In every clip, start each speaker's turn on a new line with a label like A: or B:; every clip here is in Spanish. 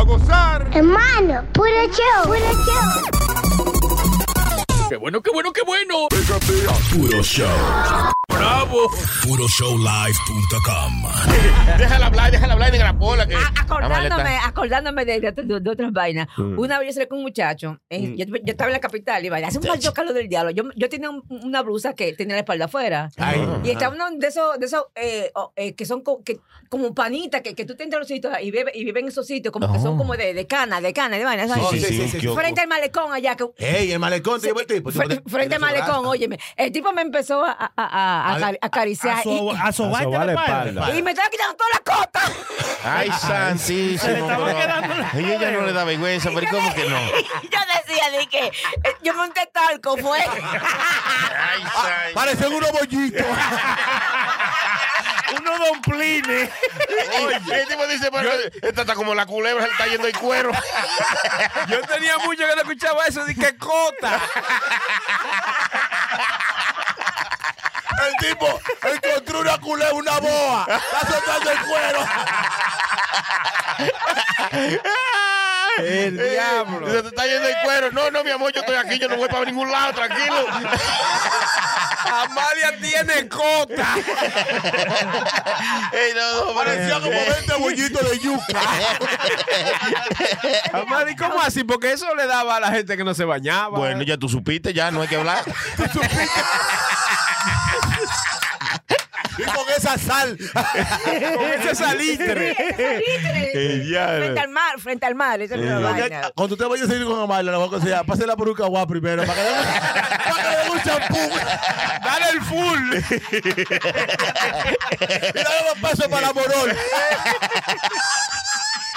A: escuchar.
B: Hermano, puro show, puro show.
A: ¡Qué bueno, qué bueno, qué bueno!
C: Puro Show.
A: ¡Bravo!
C: PuroShowLive.com.
D: Déjala hablar, déjala hablar, negra pola. Que
E: A-
D: la
E: acordándome,
D: maleta.
E: acordándome de, de- de- de otras vainas.
D: Mm.
E: Una vez yo salí con un muchacho, eh, yo, yo estaba en la capital y vaya, hace un mal calor del diablo. Yo, yo tenía un- una blusa que tenía la espalda afuera.
D: Ay,
E: Y estaba uno de esos, de esos eh, o- eh, que son co- que, como panitas, que, que tú te entras a los sitios y bebes y viven en esos sitios, como que son como de, de cana, de cana, de vaina. ¿sabes?
D: Oh. sí, Eh, pues sí, sí, sí.
F: kiosco.
E: Frente al malecón allá, que
F: Ey, el malecón te llevó el tipo.
E: Fre-
F: Tipo, te-
E: frente
F: en
E: al
F: la
E: malecón,
F: sobrada.
E: óyeme. El tipo me empezó a, a, a- a
F: Al-
E: acari- acariciar y,
G: so- a sobarte
C: sobar la
G: la
C: espalda.
E: y- y me estaba quitando toda la costa.
D: ay, santísimo.
G: Se le estaba
D: pero-
G: quedando la-
D: Ay, ella no le da vergüenza, pero ¿y ¿cómo que no?
E: Y yo decía, de que eh, yo monté talco, fue.
D: Ay, san-
F: Parecen unos bollitos.
G: Uno domplines.
D: Oye, el este tipo dice, pero esta está como la culebra, se le está yendo el cuero.
A: Yo tenía mucho que no escuchaba eso. Dije, cota.
F: El tipo encontró una culebra, una boa. Está soltando el cuero.
C: El diablo.
D: Se te está yendo el cuero. No, no, mi amor, yo estoy aquí, yo no voy para ningún lado, tranquilo.
A: Amalia tiene cota.
D: Ey, no, no, Eh.
F: Parecía
D: parecía
F: como 20 bollitos este de yuca.
C: Amadi, ¿cómo así? Porque eso le daba a la gente que no se bañaba.
D: Bueno, ya tú supiste, ya no hay que hablar.
F: Y con esa sal.
C: con ese salitre.
E: frente al mar, frente al mar. Esa es la vaina.
F: Cuando usted vaya a seguir con Amalia, lo voy a aconsejar. Pase la peruca guapa primero. Para que le para que le dé un champú.
C: Dale el full.
F: Y dale los pasos para la morón.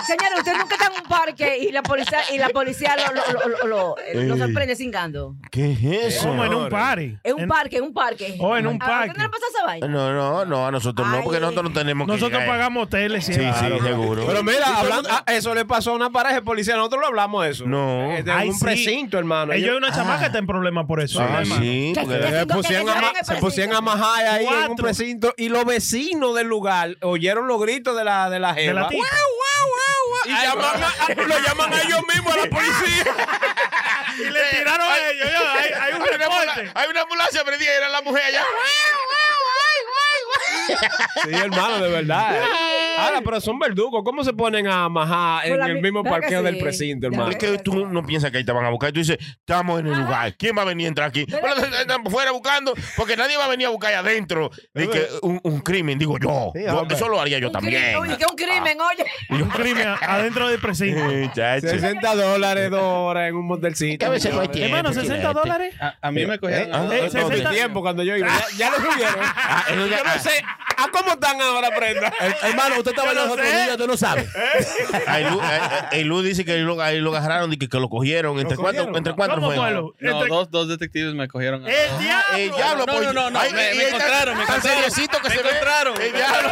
E: Señores, usted nunca está en un parque y la policía, y la policía lo, lo, lo- lo- lo- eh, lo sorprende cingando.
D: ¿Qué es eso?
G: Como en un party.
E: En un parque, en un parque.
G: Oh, en un
E: ¿A
G: parque.
E: usted no le pasa esa vaina?
D: No, no, no, a nosotros no, porque
E: Ay.
D: nosotros no tenemos que
G: Nosotros
D: llegar.
G: pagamos hoteles.
D: Sí, sí, seguro.
C: Pero mira, hablando, ah, eso le pasó a una pareja de policía. Nosotros lo hablamos de eso.
D: No.
C: Eh, De
G: Hay
C: un precinto, hermano. Ah.
G: Ellos hay una chamaca que está en problema por eso.
D: Ah,
G: hermano.
D: sí,
E: Que-
D: porque-
E: que-
C: Se
E: Cinco
C: pusieron,
E: que
C: a, ma-
E: llegaron al
C: se pusieron
E: precinto.
C: a majar ahí en un
G: Cuatro.
C: precinto y los vecinos del lugar oyeron los gritos de la de la
G: De
C: jeva
G: la tipa.
C: y llaman a- lo llaman a ellos mismos a la policía.
G: Y le tiraron a ellos. ya, Hay, hay un
D: Hay una, ambulancia,
G: reporte.
D: hay una ambulancia prendida, era la mujer allá.
C: Sí, hermano, de verdad. eh. Ahora, pero son verdugos. ¿Cómo se ponen a majar
E: Por
C: en
E: la
C: el
E: mi-
C: mismo
E: ¿verdad que
C: parqueo
E: sí?
C: del precinto,
E: Ya
C: hermano?
E: ves.
D: Es que tú no piensas que ahí te van a buscar. Y tú dices, estamos en el lugar. ¿Quién va a venir a entrar aquí? Bueno, están fuera buscando, porque nadie va a venir a buscar ahí adentro. De que un, un crimen, digo yo.
C: Sí,
D: Yo-
C: hombre.
D: Eso lo haría yo
E: Un
D: también. Ah.
E: crimen, oye, que un crimen, oye.
G: Un crimen adentro del precinto.
D: Eh, chacho.
C: 60 dólares, dos horas en un motelcito.
D: Que a veces no hay tiempo,
G: Hermano, 60
D: fíjate.
G: dólares.
H: A, a mí me
C: Eh,
H: cogieron.
C: ah,
G: Eh,
C: no,
G: se-
C: mi
G: se-
C: tiempo cuando yo iba. Ya, ya lo subieron.
D: Ah, eso ya-
C: Yo no sé. ¿A cómo están ahora, prenda?
F: Eh, Hermano, usted estaba en los otros días, usted no sabe.
D: Ahí Lu, ahí- ahí Lu dice que ahí lo, ahí lo agarraron, y que, que lo cogieron. ¿Entre cuántos
C: cogieron?
D: entre cuántos
G: ¿Cómo
D: fueron?
G: fue lo?
H: No,
G: Entre- Eh,
H: dos, dos detectives me cogieron.
G: El diablo.
D: El diablo,
H: No,
D: pues,
H: no, no, no,
D: ay,
H: me-
D: y
H: me
D: ahí
H: encontraron, me
D: tan
H: encontraron.
D: seriecito que
H: Me
D: se ve.
H: encontraron.
D: El diablo.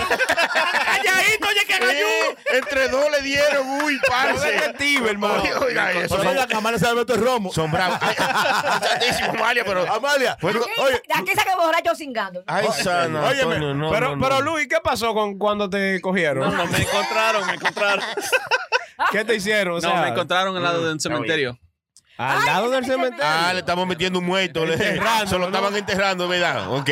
G: Calladito, oye, que
D: Eh, entre dos le dieron, uy,
C: Un
D: parce.
C: detective, hermano.
D: Oiga, oiga, eso.
F: Por eso la cámara se ha el romo.
D: Son bravos. Ay, Santísimo, Amalia, pero. Ah,
F: Amalia,
D: Bueno,
E: Aquí-
F: oye,
E: Aquí saca borracho cingando.
D: Ay, San
F: Óyeme,
D: Antonio, no,
C: pero,
D: no, no.
C: pero Luis, ¿qué pasó con cuando te cogieron?
H: No, no, me encontraron, me encontraron.
C: ¿Qué te hicieron? O
H: No,
C: sea,
H: me encontraron al lado de un cementerio.
C: Al lado del cementerio.
D: Ah, le estamos metiendo un muerto. le-
C: Enterrando,
D: se lo
C: ¿no?
D: estaban enterrando, ¿verdad? Ok.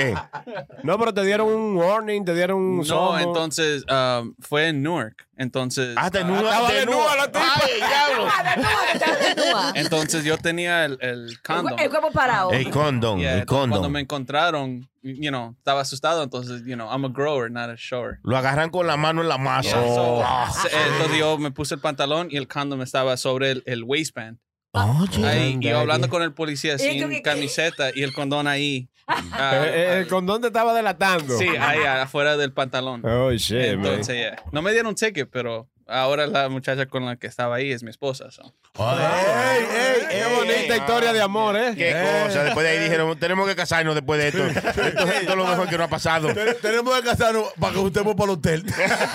C: No, pero te dieron un warning, te dieron un
H: No,
C: somo.
H: entonces um, fue en Newark. Entonces,
D: Hasta en nueva.
C: estaba desnuda la tipa.
D: Ay, diablo.
E: Ah, desnuda, que estaba desnuda.
H: entonces yo tenía el, el
E: El cu-
H: condom.
E: El cuerpo parado.
D: El condón,
H: Yeah,
D: el
H: entonces Cuando
D: condón.
H: me encontraron, you know, estaba asustado. Entonces, you know, I'm a grower, not a shower.
D: Lo agarran con la mano en la masa.
H: Yeah, so,
D: Ah,
H: se- eh, entonces yo me puse el pantalón y el condom estaba sobre el, el waistband.
D: Oye.
H: Ahí, y yo hablando con el policía
E: tú qué-
H: sin camiseta y el condón ahí. ah,
C: Eh, eh, el condón te estaba delatando.
H: Sí, ahí afuera del pantalón.
C: Oh, shit,
H: Entonces, yeah. no me dieron ticket, pero ahora la muchacha con la que estaba ahí es mi esposa. so.
F: ey, ey,
C: man. Qué
F: ey,
C: bonita historia de amor, ¿eh?
D: Qué
C: Eh.
D: cosa. Después de ahí dijeron, tenemos que casarnos después de esto. Esto, esto es lo mejor que no ha pasado.
F: ten- Tenemos que casarnos para que usted vaya para el hotel.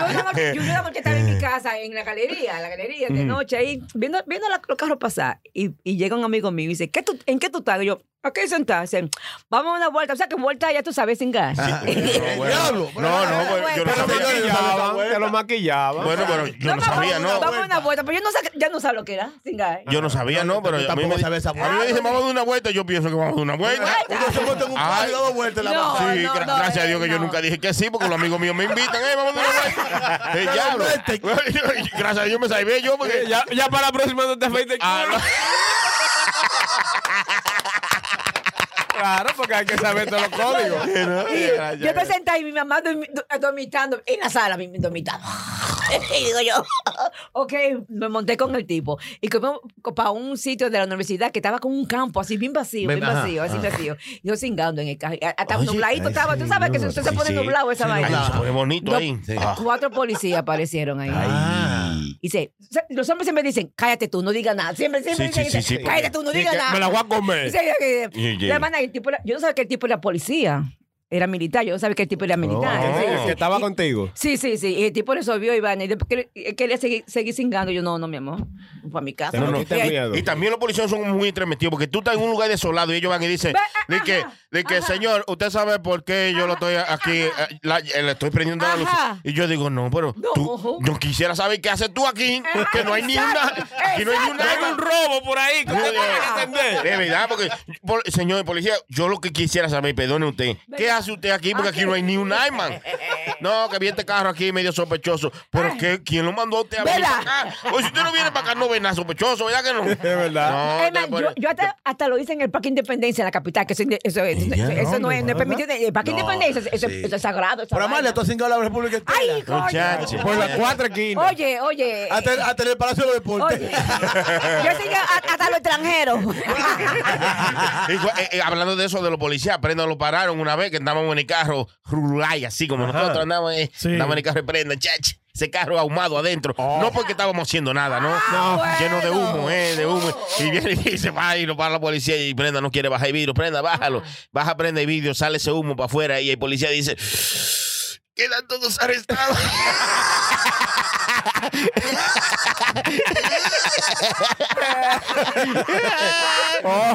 E: Bueno, yo una noche, yo una noche estaba en mi casa, en la galería, en la galería, de noche, ahí, viendo, viendo la- los carros pasar. Y, y llega un amigo mío y dice, ¿Qué tú, ¿en qué tú estás? Y yo, ¿A qué sentarse? Vamos a una vuelta. O sea, que vuelta ya tú sabes sin gas.
D: Ah,
F: Diablo.
D: No, no, pues, yo no
F: Pero,
D: sabía.
F: señores,
C: maquillaban, te lo maquillaban.
D: Bueno, pero yo no
E: vamos,
D: sabía,
E: vamos,
D: ¿no?
E: Vamos a una vuelta. Pero yo no sé, ya no sabía lo que era sin gas.
D: Yo no sabía,
F: No,
D: no,
F: yo
D: pero a mí
F: tampoco
D: me di-
F: sabía esa
D: a mí me
F: vaina.
D: dicen, vamos a dar una vuelta, yo pienso que vamos a dar una vuelta.
F: Uno se monta en un carro y da dos vueltas en la
E: No,
F: mano.
D: Sí,
E: no,
D: gra-
E: no,
D: gracias a Dios
E: eh,
D: que yo
E: no.
D: nunca dije que sí, porque los amigos míos me invitan, eh, vamos a dar una vuelta. Eh, diablo.
F: vete.
D: gracias a Dios me salvé yo, porque
C: Eh, Ya, ya para la próxima no te afeites el
D: Ah,
C: culo. Claro, porque hay que saber todos los códigos.
E: Yo te senté y mi mamá dormi- do- dormitando en la sala, mi- dormitando. y digo yo, ok, me monté con el tipo. Y como para un sitio de la universidad que estaba con un campo así bien vacío,
F: Me-
E: bien
F: ajá,
E: vacío, así vacío. Y yo cingando en el carro. Y Hasta
D: Oye,
E: nubladito
D: ay,
E: estaba. Tú sabes que
D: sí,
E: si usted se pone
D: sí,
E: nublado esa
F: sí,
E: vaina.
D: Ay, se pone bonito
E: No.
D: ahí. Ah.
E: Cuatro policías aparecieron ahí.
F: Ah.
E: Y se- se- los hombres siempre dicen, cállate tú, no digas nada. Siempre, siempre
D: Sí, sí,
E: dicen,
D: sí, sí, porque-
E: cállate tú, no digas nada.
C: Me la voy a
E: Y
C: comer.
E: se- y- y-
D: Eh. Y- y-
E: la hermana, el tipo era- yo no sabía que el tipo era policía, era militar, yo no sabía que el tipo era militar.
D: Oh.
E: Sí,
D: El
E: sí.
D: que
C: estaba
E: Y-
C: contigo.
E: Sí, sí, sí. Y el tipo resolvió, Iván. Y después que- él quería seguir, seguir cingando. Yo, no, no, mi amor. Para mi casa.
C: No,
E: porque
C: no,
E: ahí-
C: miedo.
D: Y también los policías son muy entremetidos porque tú estás en un lugar desolado y ellos van y dicen,
E: Ve- ah,
D: de que, de que señor, usted sabe por qué yo lo estoy aquí, eh, la- eh, le estoy prendiendo la luz.
E: Ajá.
D: Y yo digo, no, pero
E: No, ojo.
D: tú, yo quisiera saber qué haces tú aquí, que no hay ni una,
E: Exacto,
D: aquí no hay ni
E: exacto.
D: una.
E: Hay un
D: robo por ahí, que
E: usted tiene que
D: entender. De verdad, porque, por- señor policía, yo lo que quisiera saber, perdone usted, ¿qué hace usted aquí? Porque aquí no hay ni un arma. No, que vi este carro aquí medio sospechoso. ¿Pero qué? ¿Quién lo mandó a usted a venir
E: Vela.
D: para acá? Oye, si usted no viene para acá, no ve nada sospechoso, ¿verdad que no? Es
C: verdad.
D: No,
E: Es más,
D: te-
E: yo, yo hasta, hasta lo hice en el Parque Independencia, en la capital, que eso, eso, eso-
D: Ella
E: eso- eso no, es, no es
C: ¿verdad?
E: permitido. El Parque
D: No,
E: Independencia, eso,
D: sí.
E: eso es sagrado. esa
F: Pero Amalia,
E: vaina.
F: tú has cingado a la República entera.
E: Ay, coño.
D: Muchacho.
C: Por las cuatro esquinas.
E: Oye, oye.
F: Hasta, el- hasta en el Palacio de los Deportes.
E: Oye, yo sé que a- hasta los extranjeros.
D: Y fue- eh, eh, hablando de eso, de los policías, prenda lo pararon una vez que andábamos en el carro rulay, así como nosotros andábamos, eh,
G: Sí. Oh.
D: andábamos en el carro de prenda, chach, ese carro ahumado adentro. No porque estábamos haciendo nada, ¿no?
E: Ah,
D: Lleno de
E: bueno.
D: humo, eh, de humo. Y viene y se va y lo para la policía y prenda no quiere bajar el vidrio, prenda, bájalo. Baja, prenda el vidrio, sale ese humo para afuera y el policía dice, quedan todos arrestados.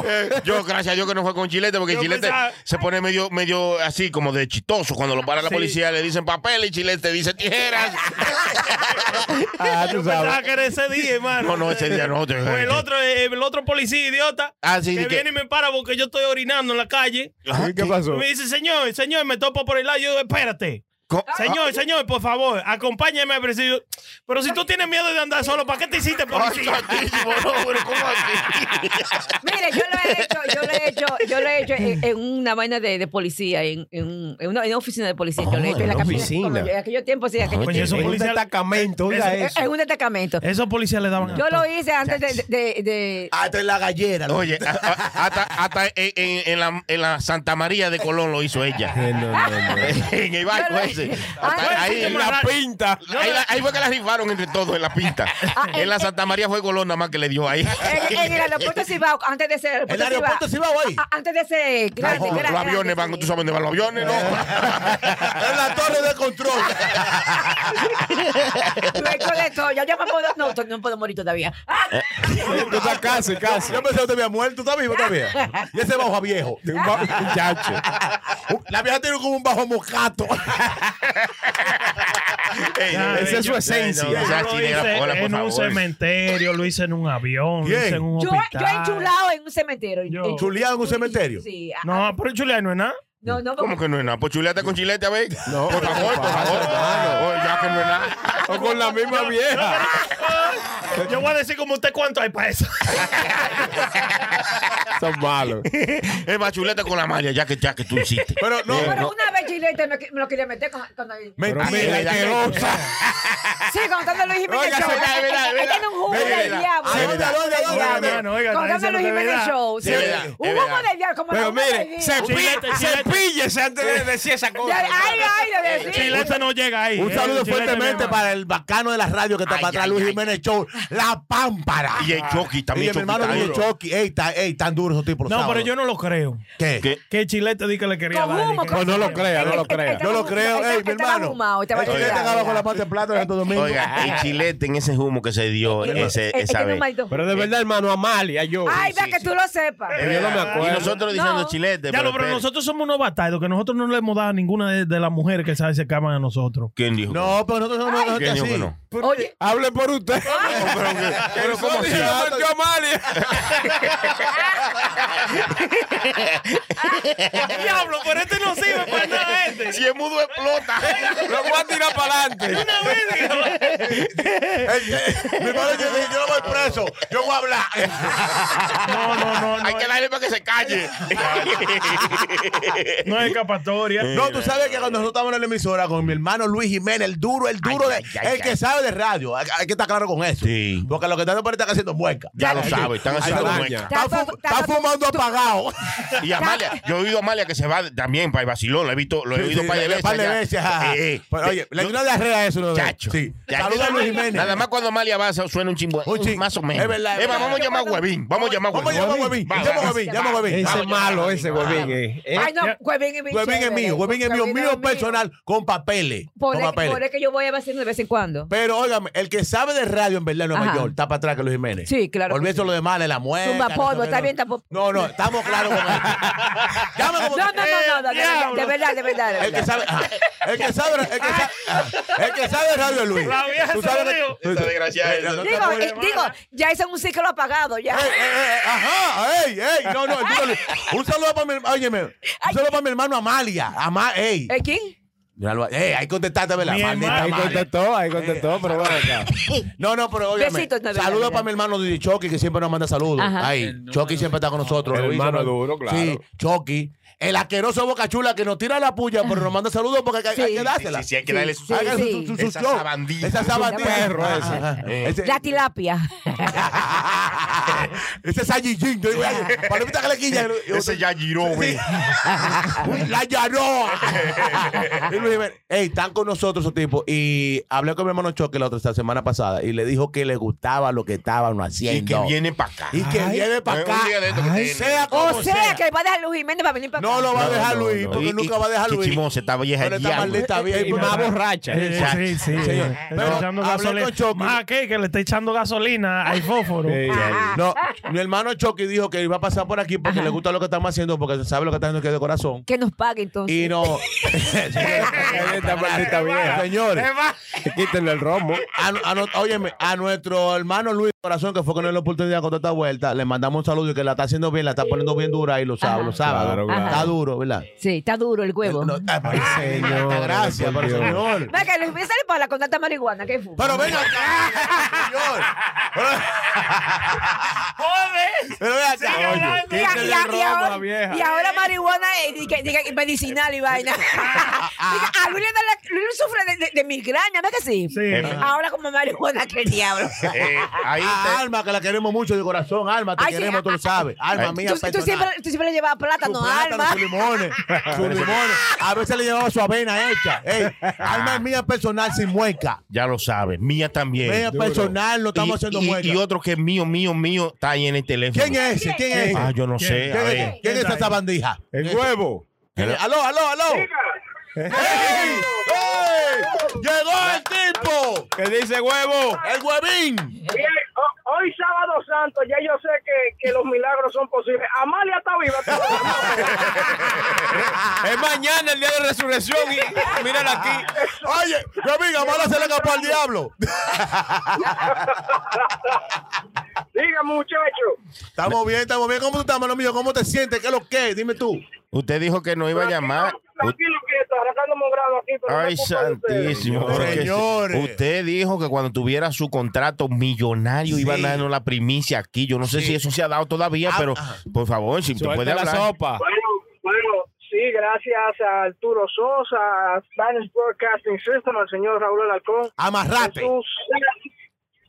D: Eh, Yo, gracias a Dios que no fue con Chilete, porque
G: Oh. Yo
D: Chilete
G: pensaba-
D: se pone medio, medio así, como de chistoso. Cuando lo para la
G: Sí.
D: policía, le dicen papel y Chilete dice tijeras.
C: Ah, tú sabes.
G: Pensaba que era ese día, hermano.
D: No, no, ese día no. te-
G: O el otro, el otro policía idiota
D: Ah, sí,
G: que
D: de que-
G: viene y me para porque yo estoy orinando en la calle.
D: Ajá,
C: ¿Y ¿Qué pasó?
G: Me dice, señor, señor, me topo por el lado. Yo digo, espérate.
D: co-
E: Ah,
G: Señor, señor, por favor, acompáñame al presidio. Pero si tú tienes miedo de andar solo, ¿para qué te hiciste
D: Ay,
G: policía?
D: santísimo, no, pero ¿cómo así?
E: Mire, yo lo he hecho, yo lo he hecho, yo lo he hecho en, en una vaina de, de policía, en, en, un- en una, en una oficina de policía. yo lo he hecho en la
C: en
E: capital,
C: oficina.
E: cuando yo- En aquello tiempo, sí, en aquello-
G: Oye, eso-
C: Es un
G: policía-
C: destacamento, oiga
G: Eso- Eh,
C: eso.
E: en un destacamento.
G: Esos policías le daban. a
E: Yo lo hice antes de, de, de-
F: Hasta en Ah, la gallera. ¿no?
D: Oye, a- a- hasta, hasta en, en- en la, en la Santa María de Colón lo hizo ella.
C: Eh, no, no, no.
D: en el barco
E: Yo lo-
D: ese.
E: Ah,
D: Hasta ahí,
G: sí,
D: en
G: como
D: la
G: la-
C: pinta.
D: Ahí, la- ahí fue que la rifaron entre todos en la pinta. en la Santa María fue Colón nada más que le dio ahí.
E: en, en el aeropuerto Cibao, antes de ser
F: El
E: aeropuerto
F: aeropuerto sí va hoy.
E: a- antes de ser grande,
D: Ojo,
E: grande,
D: los aviones
E: grande,
D: van,
E: sí.
D: tú sabes dónde van los aviones, ¿no?
F: En la torre de control.
E: Yo he hecho de todo, ya yo me puedo, no, no puedo morir todavía. Ah,
C: Tú estás casi, casi.
F: Yo pensé que te había muerto. ¿Tú estás vivo todavía? Y ese bajo a viejo.
C: Un ba- Muchacho.
F: La vieja tiene como un bajo mocato.
D: Ey, no,
C: Esa es su
G: yo-
C: esencia.
G: Yo
D: Ya,
G: lo
D: sí,
G: hice
D: negra, hola, por
G: en un
D: favor.
G: cementerio, lo hice en un avión, lo
F: Bien.
G: hice en un
E: yo,
G: hospital.
E: yo he chulado en un cementerio.
G: Yo.
E: He
F: ¿Chuleado en un cementerio?
E: Sí. ah,
G: No, pero chulear no es nada.
E: No, no,
D: ¿Cómo que no es nada? Pues chulete con chilete, a ver.
C: No,
D: por favor, por favor. Oh, ya que no es nada.
C: O con la misma vieja.
G: Yo voy a decir como usted cuánto hay para eso.
C: Son malos.
D: Es más chulete con la María, ya que, ya que tú hiciste.
F: Pero no.
E: Pero una vez Chilete me, me lo quería meter con, con el...
F: Mentira.
D: Pero mira,
F: asquerosa.
E: Sí, contando Luis Jiménez
D: Oiga,
E: Show.
D: se da,
E: Él-
D: verdad,
E: él
D: verdad.
E: tiene un jugo
D: Verdad,
E: del
D: verdad.
E: diablo.
F: Sí,
E: un
F: verdad.
E: jugo del
F: Oiga,
E: diablo.
G: hermano, oiga, nadie
E: Contando Luis
G: se lo
E: Jiménez
G: debe
E: Show.
D: Sí,
E: sí.
D: es verdad, es
E: Un humo
D: verdad.
E: del diablo, como la
C: Pero
E: una
C: mire,
E: de diablo.
G: Chilete,
C: cepí-
G: chilete.
C: cepíllese antes de decir esa cosa.
E: Ay, ay, de decir.
G: Chilete no llega ahí.
F: Un
G: Eh,
F: saludo
G: chilete no
F: fuertemente
G: es
F: para el bacano de la radio que está
D: Ay,
F: para atrás,
D: ay,
F: Luis
D: ay.
F: Jiménez Show. La pámpara.
D: Y el Chucky
F: Y
D: también.
F: el mi hermano
D: Chucky
F: Luis
D: está duro.
F: Chucky. Ey, ta- ey, tan duro esos tipos. los
G: nada. No, pero
F: sábados.
G: yo no lo creo.
F: ¿Qué?
D: ¿Qué?
G: Que Chilete di que le quería
E: Con
G: dar. di
E: humo,
G: que-
E: con-
C: No, no lo crea, no lo
E: Él- él- él
C: crea.
F: No
E: estaba
F: lo
E: fumado,
F: creo,
E: él-
F: ey,
E: él
F: mi
E: estaba
F: hermano.
E: fumado, estaba
F: El chilete
E: drogado.
F: acaba con la parte de plata de Santo Domingo.
D: Oiga, Oiga, el chilete en ese humo que se dio ese,
E: Es
D: esa
E: que no
D: vez.
E: maldó.
C: Pero
F: Eh,
C: de verdad, hermano, Amalia, yo.
E: Ay, vea
D: sí,
E: que
D: sí.
E: tú lo sepas.
D: Es
C: Yo no me
D: verdad.
C: acuerdo.
D: Y nosotros diciendo
E: No.
G: Ya
D: chilete.
G: lo, pero
D: espérate.
G: nosotros somos unos bastardos que nosotros no le hemos dado a ninguna de, de las mujeres que se acercaban a nosotros.
D: ¿Quién dijo?
F: No, pero nosotros no
D: ¿Quién dijo que
F: así.
D: no?
E: Oye,
C: Hable por usted.
D: Pero, que- pero ¿cómo así?
A: Yo, Amalia.
G: Diablo, pero este no sirve para nada, este.
D: Si es mudo, explota.
A: Lo voy a tirar para adelante.
G: Una vez,
F: Mi padre dice, yo no voy preso, yo voy a hablar.
G: No, no, no, no.
D: Hay que darle para que se calle.
G: eh, No hay escapatoria.
D: Ah,
F: No, tú sabes que cuando nosotros estábamos en la emisora con mi hermano Luis Jiménez, el duro, el duro,
D: Ay,
F: de-
D: ay, ay,
F: el que
D: ay.
F: sabe de radio. Hay, hay que estar claro con eso.
D: Sí.
F: Porque lo que están por ahí están haciendo mueca.
D: Ya lo sabes, están haciendo
C: Araña.
D: muecas.
F: Está,
E: Está
F: fu-
E: está-
F: está fumando apagado.
D: Y Amalia, yo he oído a Amalia que se va también para el vacilón. Lo he visto, lo he oído
F: Sí, sí,
D: para
F: un par de veces. ajá.
D: Eh, eh.
F: Pero, oye, le
D: Yo-
F: dio una diarrea a eso. ¿no?
D: Chacho.
F: Sí.
D: Chacho.
F: Saluda a Luis Jiménez.
D: Nada más cuando Amalia va, suena un chimbo.
F: Un ching-
D: Más o menos.
F: Es verdad, es
D: Eva,
F: verdad.
D: vamos a llamar a Huevín. Vamos a llamar a
F: Vamos a
D: Huevín.
F: llamar a Huevín.
D: Va,
F: Llama a
D: va.
F: Huevín, llama a Huevín.
C: Ese
D: Vamos,
C: es malo,
D: ya,
C: ese
D: vamos,
C: huevín. eh. Eh,
E: Ay, no, Huevín es mi
F: Huevín es
E: chévere.
F: mío, Huevín es mío,
E: Huevín
F: mío personal, con papeles.
E: Por
F: con
E: el-
F: papeles.
E: por el que yo voy a haciendo de vez en cuando.
F: Pero óigame, el que sabe de radio en verdad en Nueva
E: Ajá.
F: York está para atrás que Luis Jiménez.
E: Sí, claro que
F: Olvídate
E: sí.
F: lo de mal, de la muerte.
E: Tumba polvo, está bien, tampoco-
F: No, no, estamos claros con eso. Llama
E: No,
F: como
E: no, no, no, no, de verdad,
G: diablo.
E: de verdad, de verdad. de
F: El que
E: verdad.
F: sabe, ajá. el que sabe, el que sabe, ajá. el que sabe de radio es Luis.
G: La vieja
F: Tú
G: se
F: sabes
G: lo
F: que-
G: dijo.
D: Esa desgraciada.
F: No, no,
E: Digo,
F: no,
E: eh, digo, ya hice un ciclo apagado, ya.
F: Ey, ey, ey, eh, ajá, ey, ey, no, no, dígale. Un saludo para mi hermano, óyeme, un saludo para mi hermano Amalia. Ama, ey.
E: ¿Eh, ¿Quién?
F: Míralo, Ey, ahí contestaste, ¿verdad?
G: Mi
F: Maldita
G: hermano.
C: Ahí
F: Amalia.
C: contestó, ahí contestó, pero bueno, acá.
F: No, no, pero óyeme.
E: Besitos, no, verdad,
F: saludos
E: verdad.
F: para mi hermano Didi Chucky, que siempre nos manda saludos.
E: Ajá.
F: Ahí,
H: El
F: Chucky
H: número-
F: siempre está con nosotros.
C: El
F: Luis,
C: hermano
F: siempre-
C: duro, claro.
F: Sí, Chucky. El asqueroso Boca Chula que nos tira la puya, pero nos manda saludos porque hay,
E: Sí.
F: hay que dársela.
D: Sí, sí, hay que darle su...
E: Sí,
F: Haga su-
E: sí.
F: su- su- su
D: Esa
F: show.
D: sabandija.
F: Esa
D: Es
F: sabandija.
C: perro ese.
F: Ajá, ajá. Ese-
E: La tilapia.
F: Ese es Sayijin. yo digo, ay, Palomita que le quilla.
D: Ese ya giró, güey.
F: La Yaroa. Y Luis Jiménez, Ey, están con nosotros esos tipos. Y hablé con mi hermano Choque la otra esta semana pasada y le dijo que le gustaba lo que estaban haciendo.
D: Y que viene para acá.
F: Y que viene para acá.
D: Un día de esto que
F: Ay,
D: te-
F: sea como
E: O sea, que va a dejar Luis Jiménez para venir para acá.
F: No lo va a dejar Luis,
D: No,
F: porque
D: y-
F: nunca va a dejar
D: y-
F: Luis.
D: Qué chimosa, esta vieja
F: Pero
D: de
F: esta
D: diablo.
F: maldita vieja.
C: Y más borracha.
G: Eh, sí, sí.
F: Señor.
G: Está
F: Pero
G: echando
F: hablé
G: gasolina.
F: con Chucky.
G: Más que que le está echando gasolina al fósforo.
C: Sí.
F: No, mi hermano Chucky dijo que iba a pasar por aquí porque le gusta lo que estamos haciendo, porque sabe lo que está haciendo que es de corazón.
E: Que nos pague entonces.
F: Y no.
C: Esta maldita vieja.
F: Señores,
C: Quítenle el romo.
F: a, a no- óyeme, a nuestro hermano Luis Corazón, que fue con él la oportunidad con toda esta vuelta, le mandamos un saludo y que la está haciendo bien, la está poniendo bien dura y lo sabe, lo sabe.
C: Claro, claro.
F: Está duro, ¿verdad?
E: Sí, está duro el huevo.
F: No,
E: Venga,
F: ay, señor, gracias,
C: por
F: pero
C: Dios.
F: señor.
E: que Luis Jiménez sale para la con tanta marihuana. ¿Qué fue?
F: Pero venga acá, señor.
G: ¡Joder!
F: Pero venga
G: Sigue
F: acá.
G: hablando.
E: Y, a- y a- y
C: Quítenle el romo a la
E: ahora,
C: vieja.
E: y ahora marihuana eh, di que- di que medicinal y vaina. Diga, a Luis le da la- Luis sufre de, de- de migraña, ¿verdad que sí?
G: Sí.
E: Ahora como marihuana, que el diablo.
D: Eh, ahí
F: Ah,
D: te...
F: Alma, que la queremos mucho de corazón, Alma, te
E: Ay, sí,
F: queremos, tú
E: ah,
F: lo sabes. Alma
D: Ay,
F: mía,
E: Tú, tú
F: personal.
E: siempre, tú siempre le llevabas
F: Su
E: plátano,
F: plátano,
E: alma.
F: sus limones, sus limones. A veces le llevaba su avena hecha. Ey, alma mía personal sin mueca.
D: Ya lo sabes. Mía también.
F: Mía personal, no estamos
D: Y-
F: haciendo
D: y-
F: mueca.
D: Y otro que es mío, mío, mío, está ahí en el teléfono.
F: ¿Quién es ese? ¿Quién es ese?
D: Ah, yo no
G: ¿Quién?
D: sé. A
F: ¿Quién es,
D: ver.
F: ¿Quién es
G: está
F: esa
G: ahí?
F: sabandija?
C: El huevo.
F: ¿Quién es? ¡Aló, aló, aló! ¡Ey! ¡Ey! ¡Llegó el tipo!
C: ¿Qué dice huevo?
F: ¡El huevín!
I: Bien, ho- hoy sábado santo, ya yo sé que, que los milagros son posibles. Amalia está viva.
C: Es mañana el día de resurrección y mírala aquí.
F: Oye, huevín, Amara se le escapó al diablo.
I: Diga, muchacho.
F: Estamos bien, estamos bien. ¿Cómo tú estás, mano mío? ¿Cómo te sientes? ¿Qué es lo que? es? Dime tú.
D: Usted dijo que no iba a llamar. U-
I: Tranquilo que está arrancándome un grado aquí. Pero no
D: Ay,
I: es culpa de ustedes.
D: santísimo.
F: Señores.
D: Porque
F: Señores.
D: Usted dijo que cuando tuviera su contrato millonario iba a darnos la primicia aquí. Yo no sé si eso se ha dado todavía,
F: Ah,
D: pero por favor, si usted puede
C: Suelta la
D: hablar.
C: sopa.
I: Bueno, bueno, sí, gracias a Arturo Sosa, a Spanish Broadcasting System, al señor Raúl Alarcón.
F: Amarrate.
I: Jesús,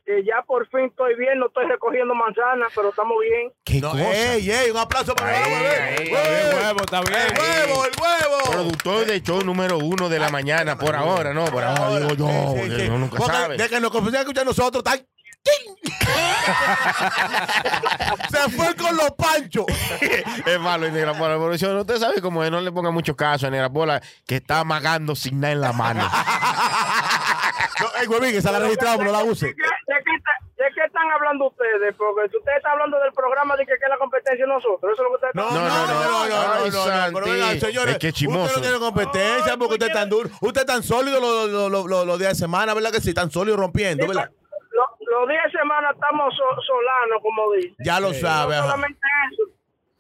I: que ya por fin estoy bien, no estoy recogiendo manzanas, pero estamos bien.
D: ¿Qué
F: No,
D: cosa?
F: ¡Ey, ey! Un aplauso para el
C: El
F: huevín.
C: huevo, está
F: ¡El
C: bien.
F: huevo, el huevo!
D: Productor de show número uno de la mañana, por ahora, ¿no? Por ahora, digo yo,
F: Sí, sí,
D: porque
F: sí.
D: uno nunca
F: Porque
D: sabe.
F: De que nos comenzaron a escuchar nosotros, tan... Se fue con los panchos.
D: es malo, Negra Pola. Por eso usted sabe cómo es, no le ponga mucho caso a Negra Pola, que está amagando sin nada en la mano.
F: No, ey, huevín, esa la registramos, no la use.
I: ¿De qué, de qué está- de qué están hablando ustedes? Porque si ustedes están hablando del programa de que, que es la competencia de nosotros. Eso es lo que ustedes
F: No,
I: están
F: no, no, no, no, no,
D: Ay,
F: no, no, pero
D: Santi,
F: venga, señores,
D: es que
F: Usted
D: chimoso.
F: no tiene competencia porque usted es tan duro. Usted es tan sólido los los- los- los- los días de semana, ¿verdad que sí? Tan sólido rompiendo, ¿verdad?
I: Lo- Los 10 semanas estamos so- solanos, como dicen.
F: Ya lo
I: No
F: sabe, ajá.
I: solamente eso,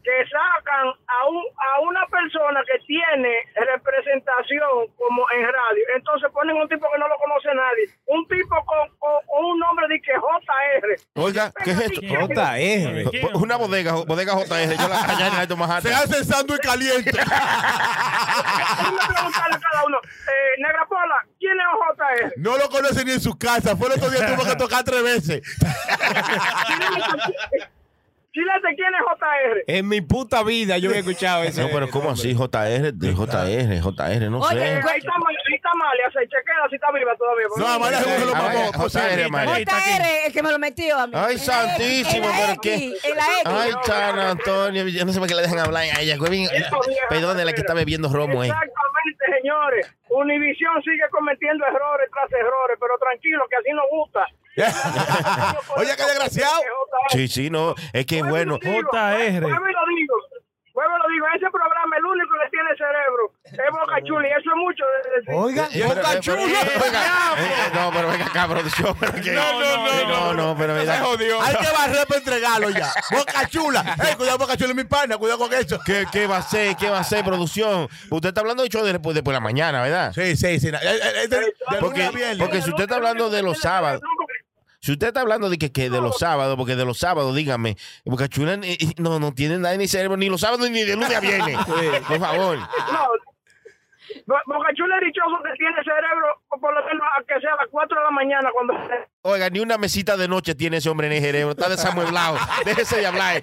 I: que sacan a, un, a una persona que tiene representación como en radio, entonces ponen un tipo que no lo conoce nadie, un tipo con, con- con un nombre de que JR.
D: Oiga, ¿qué es esto?
C: JR.
G: ¿Quién?
D: Una bodega, bodega JS. Yo la allá en Alto Manhattan.
F: Se hace sándwich caliente.
I: Déjame preguntarle a cada uno, eh, Negra Pola, ¿quién es JR?
F: No lo conoce ni en su casa. Fue el otro día tuvo que tocar tres veces.
I: Chilete, ¿quién es JR?
C: En mi puta vida yo he escuchado eso.
D: No, pero ¿cómo así? JR, de JR, JR, no
E: Oye,
D: sé.
E: ¿cuál-
I: Ahí está, Mal- ahí está Amalia, se chequea si está viva todavía. porque-
F: No, Amalia seguro se lo
D: A ver,
F: mamó.
D: JR, Amalia.
G: Ahí está aquí.
E: JR, el que me lo metió a mí.
D: Ay,
E: En la
D: santísimo,
E: X, en la
D: pero qué-
E: X, en la X.
D: Ay, San Antonio, yo no sé por qué le dejan hablar a ella. güey. Perdón, la que está bebiendo romo, eh.
I: Exactamente, señores. Univisión sigue cometiendo errores tras errores, pero tranquilo, que así nos gusta.
F: Oye, qué desgraciado.
D: Sí, sí, no, es que bueno.
G: JR.
I: Vuelvo y lo digo. Vuelvo y lo digo. Ese programa, el único que tiene cerebro, es Boca Chula, y eso es mucho. de- de- de-
F: Oiga,
D: Eh, pero, eh, pero,
G: chula.
D: eh, venga,
F: pues.
D: eh, No, pero venga, cabrón. yo, pero que-
G: No, no, no,
D: no, no, pero mira.
F: Hay que barrer para entregarlo ya. Boca chula. Ey, cuidado, boca chula es mi pana. Cuidado con eso.
D: ¿Qué, ¿Qué va a ser? ¿Qué va a ser producción? Usted está hablando de show de- después de por la mañana, ¿verdad?
F: Sí, sí, sí. na- eh, eh, eh, de- de lunes
D: Porque,
F: a viernes.
D: porque si usted está hablando de los sábados, si usted está hablando de que, que de los sábados, porque de los sábados, dígame, Boca Chula ni- no, no tiene nadie ni cerebro, ni los sábados ni de lunes a viernes. Por favor.
I: No. Bo- Boca Chula es dichoso que tiene cerebro, por lo menos a que sea a las 4 de la mañana cuando.
D: Oiga, ni una mesita de noche tiene ese hombre en el cerebro. Está desamueblado. Déjese de hablar.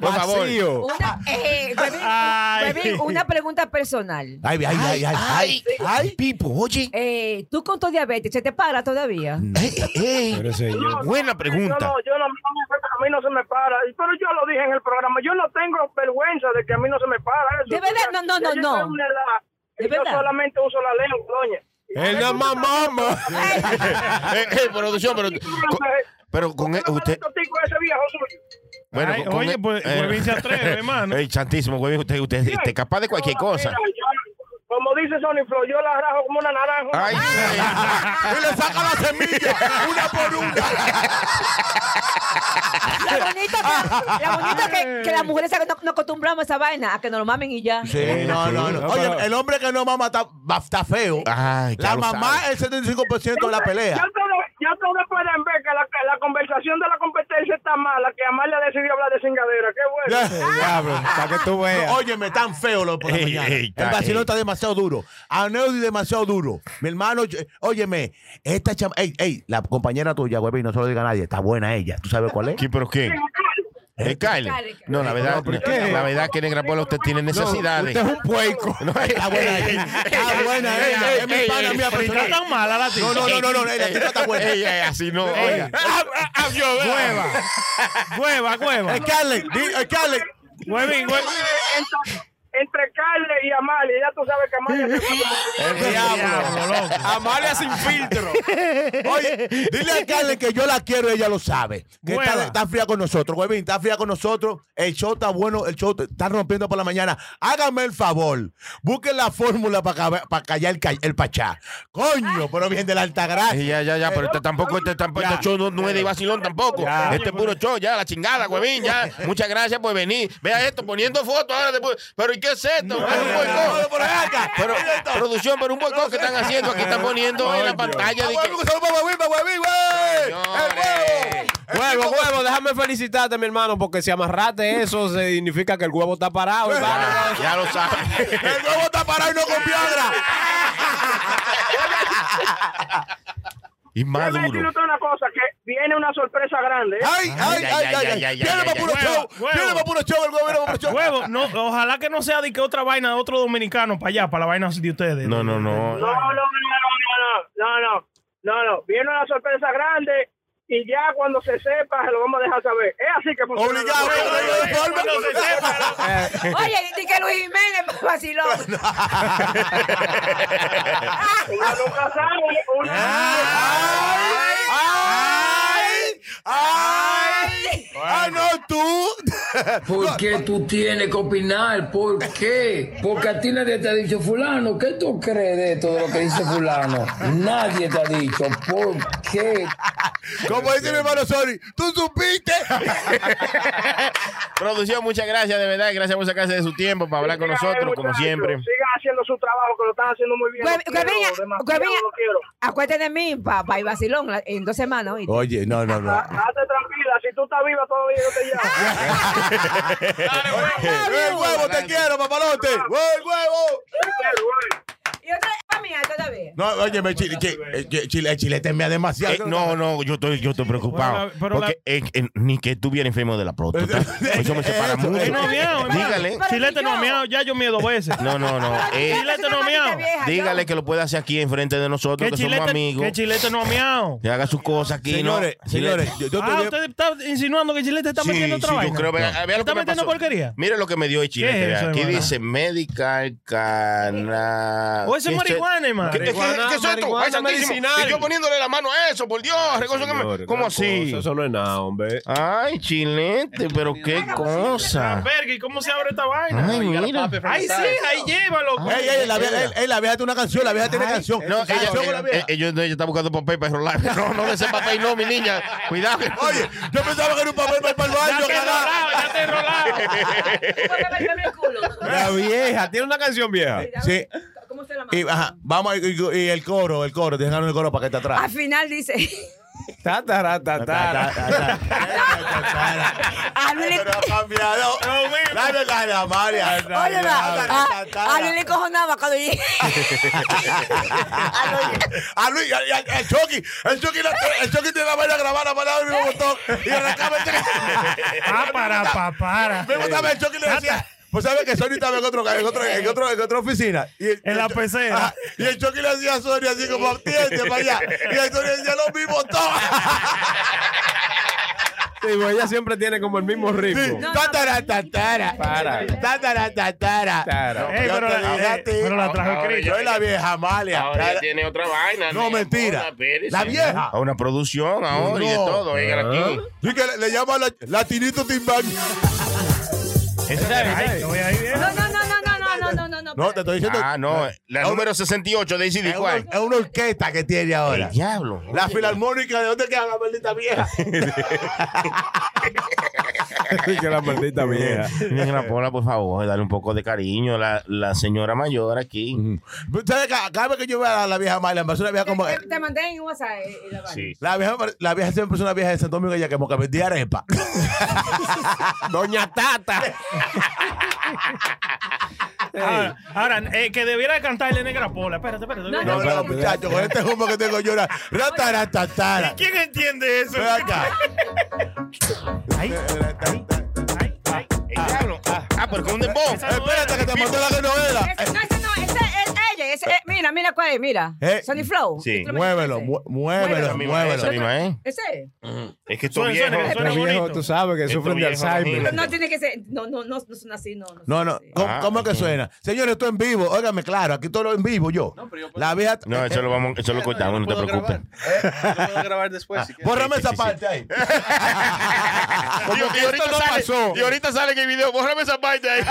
D: Por favor.
C: Vacío.
E: Una, eh, Huevín,
G: Ay.
E: Huevín, una pregunta personal.
F: Ay, ay, ay, ay, ay.
D: ay, Pipo, oye.
E: Eh, Tú con tu diabetes, ¿se te para todavía?
D: Ey, ey,
C: Pero señor.
D: Buena
I: Yo
D: pregunta.
I: no, yo no, no me- a mí no se me para. Pero yo lo dije en el programa. Yo no tengo vergüenza de que a mí no se me para eso.
E: De verdad, no, no,
I: Ya
E: no,
I: yo
E: no.
I: tengo una edad y
E: De
I: yo
E: verdad.
I: solamente uso la lengua, doña.
C: Él no mamamos.
D: Eh, eh, producción, pero, con, pero con e
I: Pero
D: usted.
I: maldito tico ese viejo suyo.
D: Bueno,
G: Ay,
D: con-
G: oye,
D: con-
G: pues,
D: eh,
G: Huevín se atreve, hermano.
D: Ey, santísimo, güey, usted, usted, usted es Este, capaz de cualquier
I: Mira,
D: cosa.
I: yo- como dice Sony Flow, yo la rajo como una naranja.
D: Ay, sí.
F: Y le saca la semilla. Una por una.
E: La bonita, que, la bonita que, que las mujeres no, no acostumbramos a esa vaina, a que nos lo mamen y ya.
F: Sí, no, no, no. Oye, el hombre que no mama está, va- está feo.
D: Ay, ya
F: La
D: lo
F: mamá
D: sabe.
F: es el 75% de la pelea.
I: Ya ustedes, ya ustedes pueden ver que la, la conversación de la competencia está mala, que Amalia decidió hablar de cingadera. Qué bueno.
C: Diablo, para que tú
F: No,
C: veas.
F: Óyeme, tan feo lo por la
D: Ey,
F: mañana.
D: ey,
F: el
D: está,
F: vacilón
D: ey.
F: está demasiado duro. A Neudi demasiado duro. Mi hermano, yo- óyeme, esta chama, ey, ey, la compañera tuya, güey, no se lo diga a nadie, está buena ella. ¿Tú sabes cuál es?
D: ¿Quién, pero quién? ¿Es Kyle?
E: Kyle,
D: No, la verdad, la verdad que Negra Pola usted tiene necesidades.
C: Usted es un puerco.
D: No, eh, ey,
F: Está buena
D: ey,
F: ella.
D: ey,
F: Está
D: ey,
F: buena ella.
D: ey,
F: Es mi
D: ey,
F: pana
D: ey,
F: mía
D: ey,
G: Está
F: personal.
G: tan mala la
F: No,
G: tipa.
D: eh,
F: no, no, no, no, la tipa está buena. Eh, ah,
D: Ey, ey, así no, oiga.
G: Hueva. Hueva, hueva.
F: Eh, Carlen, di- eh, Carlen.
G: Huevín, huevín.
I: Entre, entre Carle y Amalia, ya tú sabes que Amalia se
D: El
G: Diablo, loco.
A: Amalia sin filtro.
F: Oye, dile a Carlen que yo la quiero, ella lo sabe. Que
G: Hueva.
F: está, está fría con nosotros, güey, está fría con nosotros. El show está bueno, el show está rompiendo por la mañana. Háganme el favor, busquen la fórmula para callar el, ca- el pachá. Coño, pero bien de la altagracia.
D: Ey, Ya, ya, ya, pero este tampoco, este tampoco, este show no, no es de vacilón tampoco. Este es puro show, ya, la chingada, huevín, ya. Muchas gracias por venir. Vea esto, poniendo fotos ahora después. Pero ¿y qué es esto? Es un boicot.
F: Por acá.
D: Pero, producción, pero Ah, un boicot que están haciendo, aquí están poniendo en la pantalla. de que- Señores.
C: Huevo, huevo, déjame felicitarte, mi hermano, porque si amarraste eso, significa que el huevo está parado, hermano.
D: Ya, ya lo saben.
F: El huevo está parado y no con piedra.
D: Y más
I: Déjame decirle
D: duro.
I: usted una cosa, que viene una sorpresa grande. ¿eh?
F: Ay, ay, ay, ay, ay. Viene para puro show. Viene para puro show, el huevo viene para puro show.
G: Huevo, no, ojalá que no sea de que otra vaina de otro dominicano para allá, para la vaina de ustedes.
D: No, no, no.
I: No, no, no, no, no, no, no, no, no, no, viene una sorpresa grande y ya cuando se sepa se lo vamos a dejar saber. Es así que funciona.
F: Obligado, obligado.
G: Cuando se sepa, ¿no?
E: Oye, di que Luis Jiménez vacilón.
I: Una nunca sabe, una-
J: Ah,
F: ¡Ay! ¡Ay! ¡Ay! ¡Ah, no, tú!
K: ¿Por qué tú tienes que opinar? ¿Por qué? Porque a ti nadie te ha dicho, fulano, ¿qué tú crees de todo lo que dice fulano? Nadie te ha dicho, ¿por qué?
F: Como dice mi hermano Sony, ¡tú supiste!
D: Producción, muchas gracias, de verdad. Gracias por sacarse de su tiempo para hablar con
I: Sigan ahí,
D: nosotros, como
I: muchachos,
D: siempre.
I: Sigan haciendo su trabajo, que lo están haciendo muy bien.
E: Guavi-
I: Los quiero,
E: Guaviña,
I: demasiado
E: Guaviña.
I: los quiero.
E: Acuérdate de mí, papá, y vacilón la- en dos semanas. ¿oíste?
F: Oye, no, no, no.
I: Hazte tranquila, si tú estás viva todavía yo te llamo.
F: ¡El huevo, te quiero, papalote! ¡El huevo!
I: Te quiero, güey.
E: Y otra es mía todavía.
F: No, oye, me chile, que- eh, que chile, el chilete me ha demasiado.
D: Eh, no, no, yo estoy, yo estoy preocupado.
G: Bueno, pero la-
D: porque eh, eh, ni que estuviera enfermo de la próstata. Eso me separa
F: Eso,
D: mucho.
F: eso.
G: No, miau, hermano.
D: Dígale.
G: Chilete no
E: yo.
G: ha miado, ya yo miedo veces.
D: No, no, no. eh,
G: Chilete
E: Esa
G: no
E: maldita
G: miau.
E: vieja,
D: dígale
E: yo.
D: que lo puede hacer aquí enfrente de nosotros,
G: ¿Qué
D: que somos
G: chilete,
D: amigos.
G: que chilete no ha miado?
D: Que haga sus cosas aquí, ¿no?
F: Señores, señores, yo, yo
G: Ah,
F: tenía-
G: usted está insinuando que Chilete está
D: Sí,
G: metiendo otra
D: sí,
G: vaina.
D: yo creo. Vea, vea lo
G: ¿Está
D: que me
G: metiendo
D: pasó.
G: porquería?
D: Mire lo que me dio el chile.
G: ¿Qué es
D: vea.
G: eso,
D: Aquí
G: hermano?
D: dice Medical Este- Cana.
G: O eso es
D: que
G: marihuana, hermano.
D: que- que- que-
C: Marihuana,
D: que eso es tú.
C: marihuana
D: Ay, santísimo.
C: medicinal.
D: Y yo poniéndole la mano a eso, por Dios.
G: Ah,
D: reconoce que me-
C: Señores,
D: ¿Cómo
C: gran
D: así?
C: cosa, Eso no es nada, hombre.
D: Ay, chilete, pero qué cosa.
G: Verga, ¿y cómo se abre esta vaina?
D: Ay, mira.
G: Ay, sí, ahí llévalo.
D: Ah,
G: pues.
F: Ey, ey, la vieja, ey, ey, la vieja tiene una canción, la vieja tiene canción.
D: No,
F: Canción
D: ella,
F: con la vieja.
D: eh, eh, yo- ella está buscando papel para enrolar. No, no de ese papel, no, mi niña. Cuidado. que-
F: Oye, yo pensaba que era un papel para ir para el
G: Ya
F: baño,
G: te enrolado,
F: carajo.
G: ya te enrolado.
F: La vieja.
C: Tiene una canción vieja.
F: Sí.
E: ¿Cómo se llama?
F: Y, ajá, vamos, a- y, y el coro, el coro, dejaron el coro para que esté atrás.
E: Al final dice,
C: Ta, ta, ra, ta, ta.
E: háblele,
F: ha cambiado. Dale, dale, a María.
E: oye, va, Ah, a- háblele cojonaba cuando llegue.
F: Ah, A Luis, al- al- al Chucky. El Chucky, la- el Chucky tiene la vaina grabada, para el mismo botón. Y arrancaba el Chucky.
G: Ah, para, para, para.
D: Eh,
F: Me gustaba el Chucky le decía. Pues sabes que Sony estaba en, otro, en, otro, en, otro, en otra oficina. Y el-
G: En la pecera.
F: Ajá, Y el Chucky le decía a Sony así como, tiente para allá. Y el Sony decía lo mismo todo.
C: Sí, pues ella siempre tiene como el mismo ritmo.
F: Tatara, tatara.
C: Para.
F: Tatara, tatara.
C: Claro.
G: Ey,
F: Yo
G: pero,
F: te
G: la,
F: dije a
G: eh,
F: ti.
G: pero la trajo
D: Ahora
G: Cristo.
F: Yo es la vieja Amalia.
D: Ahora ya tiene otra vaina.
F: No,
D: mi
F: mentira.
D: amor, espérese.
F: La vieja.
D: A una producción ahora y de
F: No.
D: todo. oigan aquí.
F: Sí, que le, le llama la, Latinito Timbang.
G: Ay, yo voy ahí, eh.
E: No, no, no, no, no, no, no, no, no, no.
F: No, te estoy diciendo.
D: Ah, no. La
F: Ahora-
D: número 68 de ACD.
F: es, una,
D: ¿Cuál?
F: es una orquesta que tiene ahora.
D: El diablo.
F: La filarmónica, ¿de dónde queda la maldita vieja?
C: que la maldita vieja.
D: Señora Paula, por favor, dale un poco de cariño. La, la señora mayor aquí.
F: ¿Sabes? Cada, cada vez que yo veo a la vieja Amalia, me parece una vieja como.
E: Te, te mandé en WhatsApp. eh, la vaina.
F: La vieja, la vieja siempre es una vieja de Santo Domingo, ella como que vendía arepa.
C: Doña Tata.
G: Ahora, ahora eh, que debiera cantarle negra pola. Espérate, espérate.
E: No,
F: No, no, muchachos, con este humo que tengo yo era. Rataratatara.
G: ¿Quién entiende eso?
F: Ven acá.
G: Ay, ay, ay.
D: El diablo. Ah, ah, pero con un dembow.
G: Esa no
F: Espérate que te mandó la novela.
E: Ese- no, ese no, ese es ella. ese es- mira, mira cuál es, mira.
F: Eh,
E: Sony Flow.
D: sí.
E: Instrumental
F: Muévelo,
E: ese.
F: mu- muévelo,
D: Esa misma, esa
F: muévelo.
D: misma, ¿eh?
E: Ese.
D: Es que estos
G: Suena, suena,
D: viejos.
G: suena.
C: Los viejos,
G: bonito.
C: tú sabes que
D: Esto
C: sufren de
D: viejo,
C: Alzheimer.
E: Pero no tiene que ser. No, no, no, no son así, no.
F: No,
E: son
F: no,
E: así.
F: ¿cómo,
D: Ah,
F: cómo es que
D: ok.
F: suena? Señores, esto en vivo, óigame claro, aquí todo lo en vivo yo. La vieja.
D: No, eso lo, vamos, eso lo cortamos, no, te
H: yo puedo
D: preocupes.
H: grabar. Yo puedo grabar después. si quieres.
F: Bórrame
D: Sí, sí,
F: esa
D: sí,
F: parte ahí.
D: Como que esto no pasó. Y ahorita sale en el video, bórrame esa parte ahí.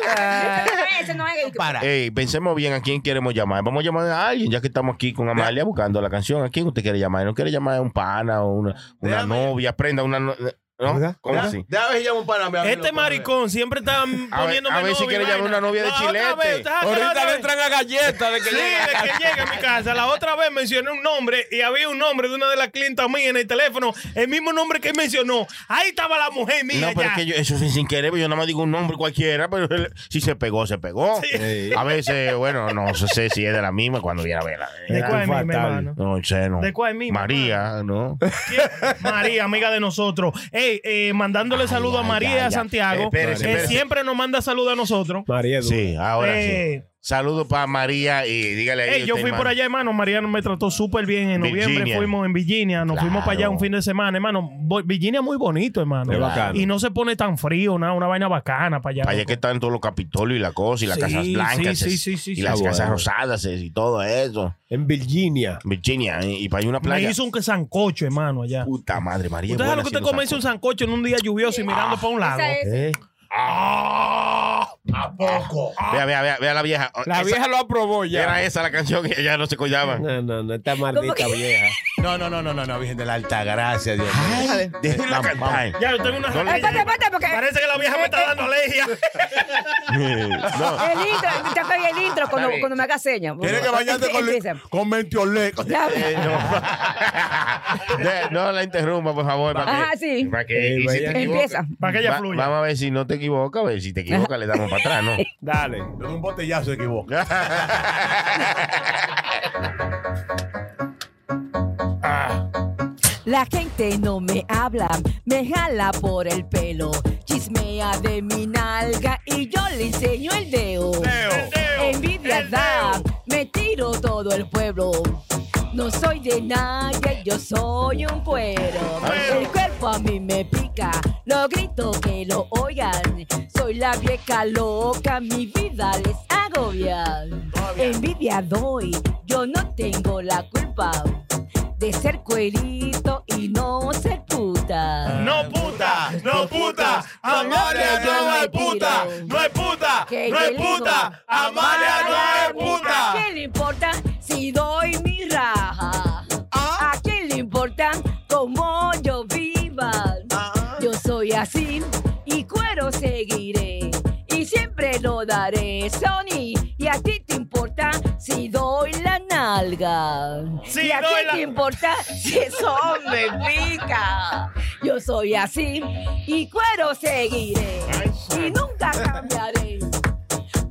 E: Ese no es, ese no es.
F: Para.
D: Ey, pensemos bien a quién queremos llamar. Vamos a llamar a alguien, ya que estamos aquí con Amalia buscando la canción. ¿A quién usted quiere llamar? ¿No quiere llamar a un pana o una, una
F: Déjame-
D: novia? Prenda una. no- eh, ¿No?
C: ¿Verdad?
D: ¿Cómo así?
F: Déjame ver si llamo un pana mío, a ver
G: Este
F: loco,
G: maricón siempre está
D: A ver,
G: poniéndome
D: a ver si
G: novia
D: quiere
G: y
D: llamar
G: vaina.
D: una novia de
G: La otra
D: chilete.
G: vez, déjate la otra
C: Ahorita le
G: vez.
C: entran a galletas de que
G: Sí,
C: llega.
G: de que llega a mi casa. La otra vez mencioné un nombre y había un nombre de una de las clientas mías en el teléfono. El mismo nombre que mencionó. Ahí estaba la mujer mía.
D: No, pero
G: ya.
D: es que yo- eso fue sin querer, yo nada más digo un nombre cualquiera, pero él- si se pegó, se pegó.
C: Sí.
D: A veces, bueno, no sé si es de la misma cuando viene a verla.
G: ¿De cuál es mi mi
C: fatal.
G: hermano?
D: No sé, no.
G: ¿De cuál misma,
D: María, ¿no?
G: María, amiga de nosotros. Ey, eh, mandándole saludos a
D: ay,
G: María
D: ay, ay.
G: Santiago, eh,
D: Espérese,
G: que
D: espérese.
G: siempre nos manda saludos a nosotros.
C: María,
D: Sí, ahora sí.
G: Eh,
D: Saludos para María y dígale ahí.
G: Ey, yo fui por allá, hermano. Mariano me trató súper bien. En noviembre
D: Virginia.
G: fuimos en Virginia. Nos fuimos para allá
D: Claro.
G: un fin de semana, hermano. Bo- Virginia es muy bonito, hermano.
C: Es bacano.
G: Y no se pone tan frío, nada. Una vaina bacana para allá.
D: Para allá
G: loco.
D: que están todos los capitolios y la cosa, y las
G: Sí,
D: casas blancas,
G: sí, sí, sí, sí,
D: y
G: sí.
D: las
C: Ah,
D: casas
C: bueno.
D: rosadas eh, y todo eso.
C: En Virginia.
D: Virginia, eh, y para allá una
G: Me
D: playa.
G: hizo un sancocho, hermano, allá.
D: Puta madre, María.
G: Usted sabe lo
D: buena
G: que usted
D: haciendo
G: comerse un sancocho
D: sancocho.
G: en un día lluvioso y mirando para un lado.
J: Esa es.
C: ¿Eh?
F: ¡Ah! ¿A poco?
D: Ah. Vea, vea, vea, vea la vieja.
C: La
D: Esa-
C: vieja lo aprobó ya.
D: Era esa la canción que ya no se collaban.
C: No, no, no, esta maldita
E: que?
C: vieja.
F: No, no, no, no, no, no, Virgen de la Alta Gracia, Dios mío.
D: Déjenla
F: Vamos,
D: cantar.
G: Ya, yo tengo una
D: No le-
E: Espérate, espérate, porque.
G: Parece que la vieja me está dando alergia.
D: No.
E: El intro, te pedí el intro cuando, cuando me haga señas.
F: Tienes que bañarte con, Eh,
E: Empieza.
F: le- con mentiolé.
E: Ya.
D: De- no la interrumpa, por favor. para
E: Ajá,
D: que-
E: sí.
D: Para que, y si te
E: Empieza.
D: equivocas-
G: Para que ella
D: Va-
G: fluya.
D: vamos a ver si no te equivocas, a ver si te equivocas le damos para atrás, ¿no?
C: Dale.
F: Con un botellazo se equivoca.
E: La gente no me habla, me jala por el pelo, chismea de mi nalga y yo le enseño el dedo. Envidia
G: el
E: da, me tiro todo el pueblo. No soy de nadie, yo soy un cuero. El cuerpo a mí me pica, lo grito que lo oigan. Soy la vieja loca, mi vida les agobia. Envidia doy, yo no tengo la culpa de ser cuerito y no ser puta.
G: No puta, no puta, Amalia no es puta, no es puta,
E: Que
G: no es
E: yo elijo
G: puta,
E: amar
G: Amalia
E: a
G: no
E: la
G: es puta.
E: ¿A quién le importa si doy mi raja?
G: ¿Ah?
E: ¿A quién le importa cómo yo viva?
G: Ah.
E: Yo soy así y cuero seguiré. Y siempre lo daré, Sony. Y a ti te importa si doy la nalga.
G: Si
E: y a
G: doy
E: ti
G: la-
E: te importa si eso me pica. Yo soy así y cuero seguiré. Y nunca cambiaré.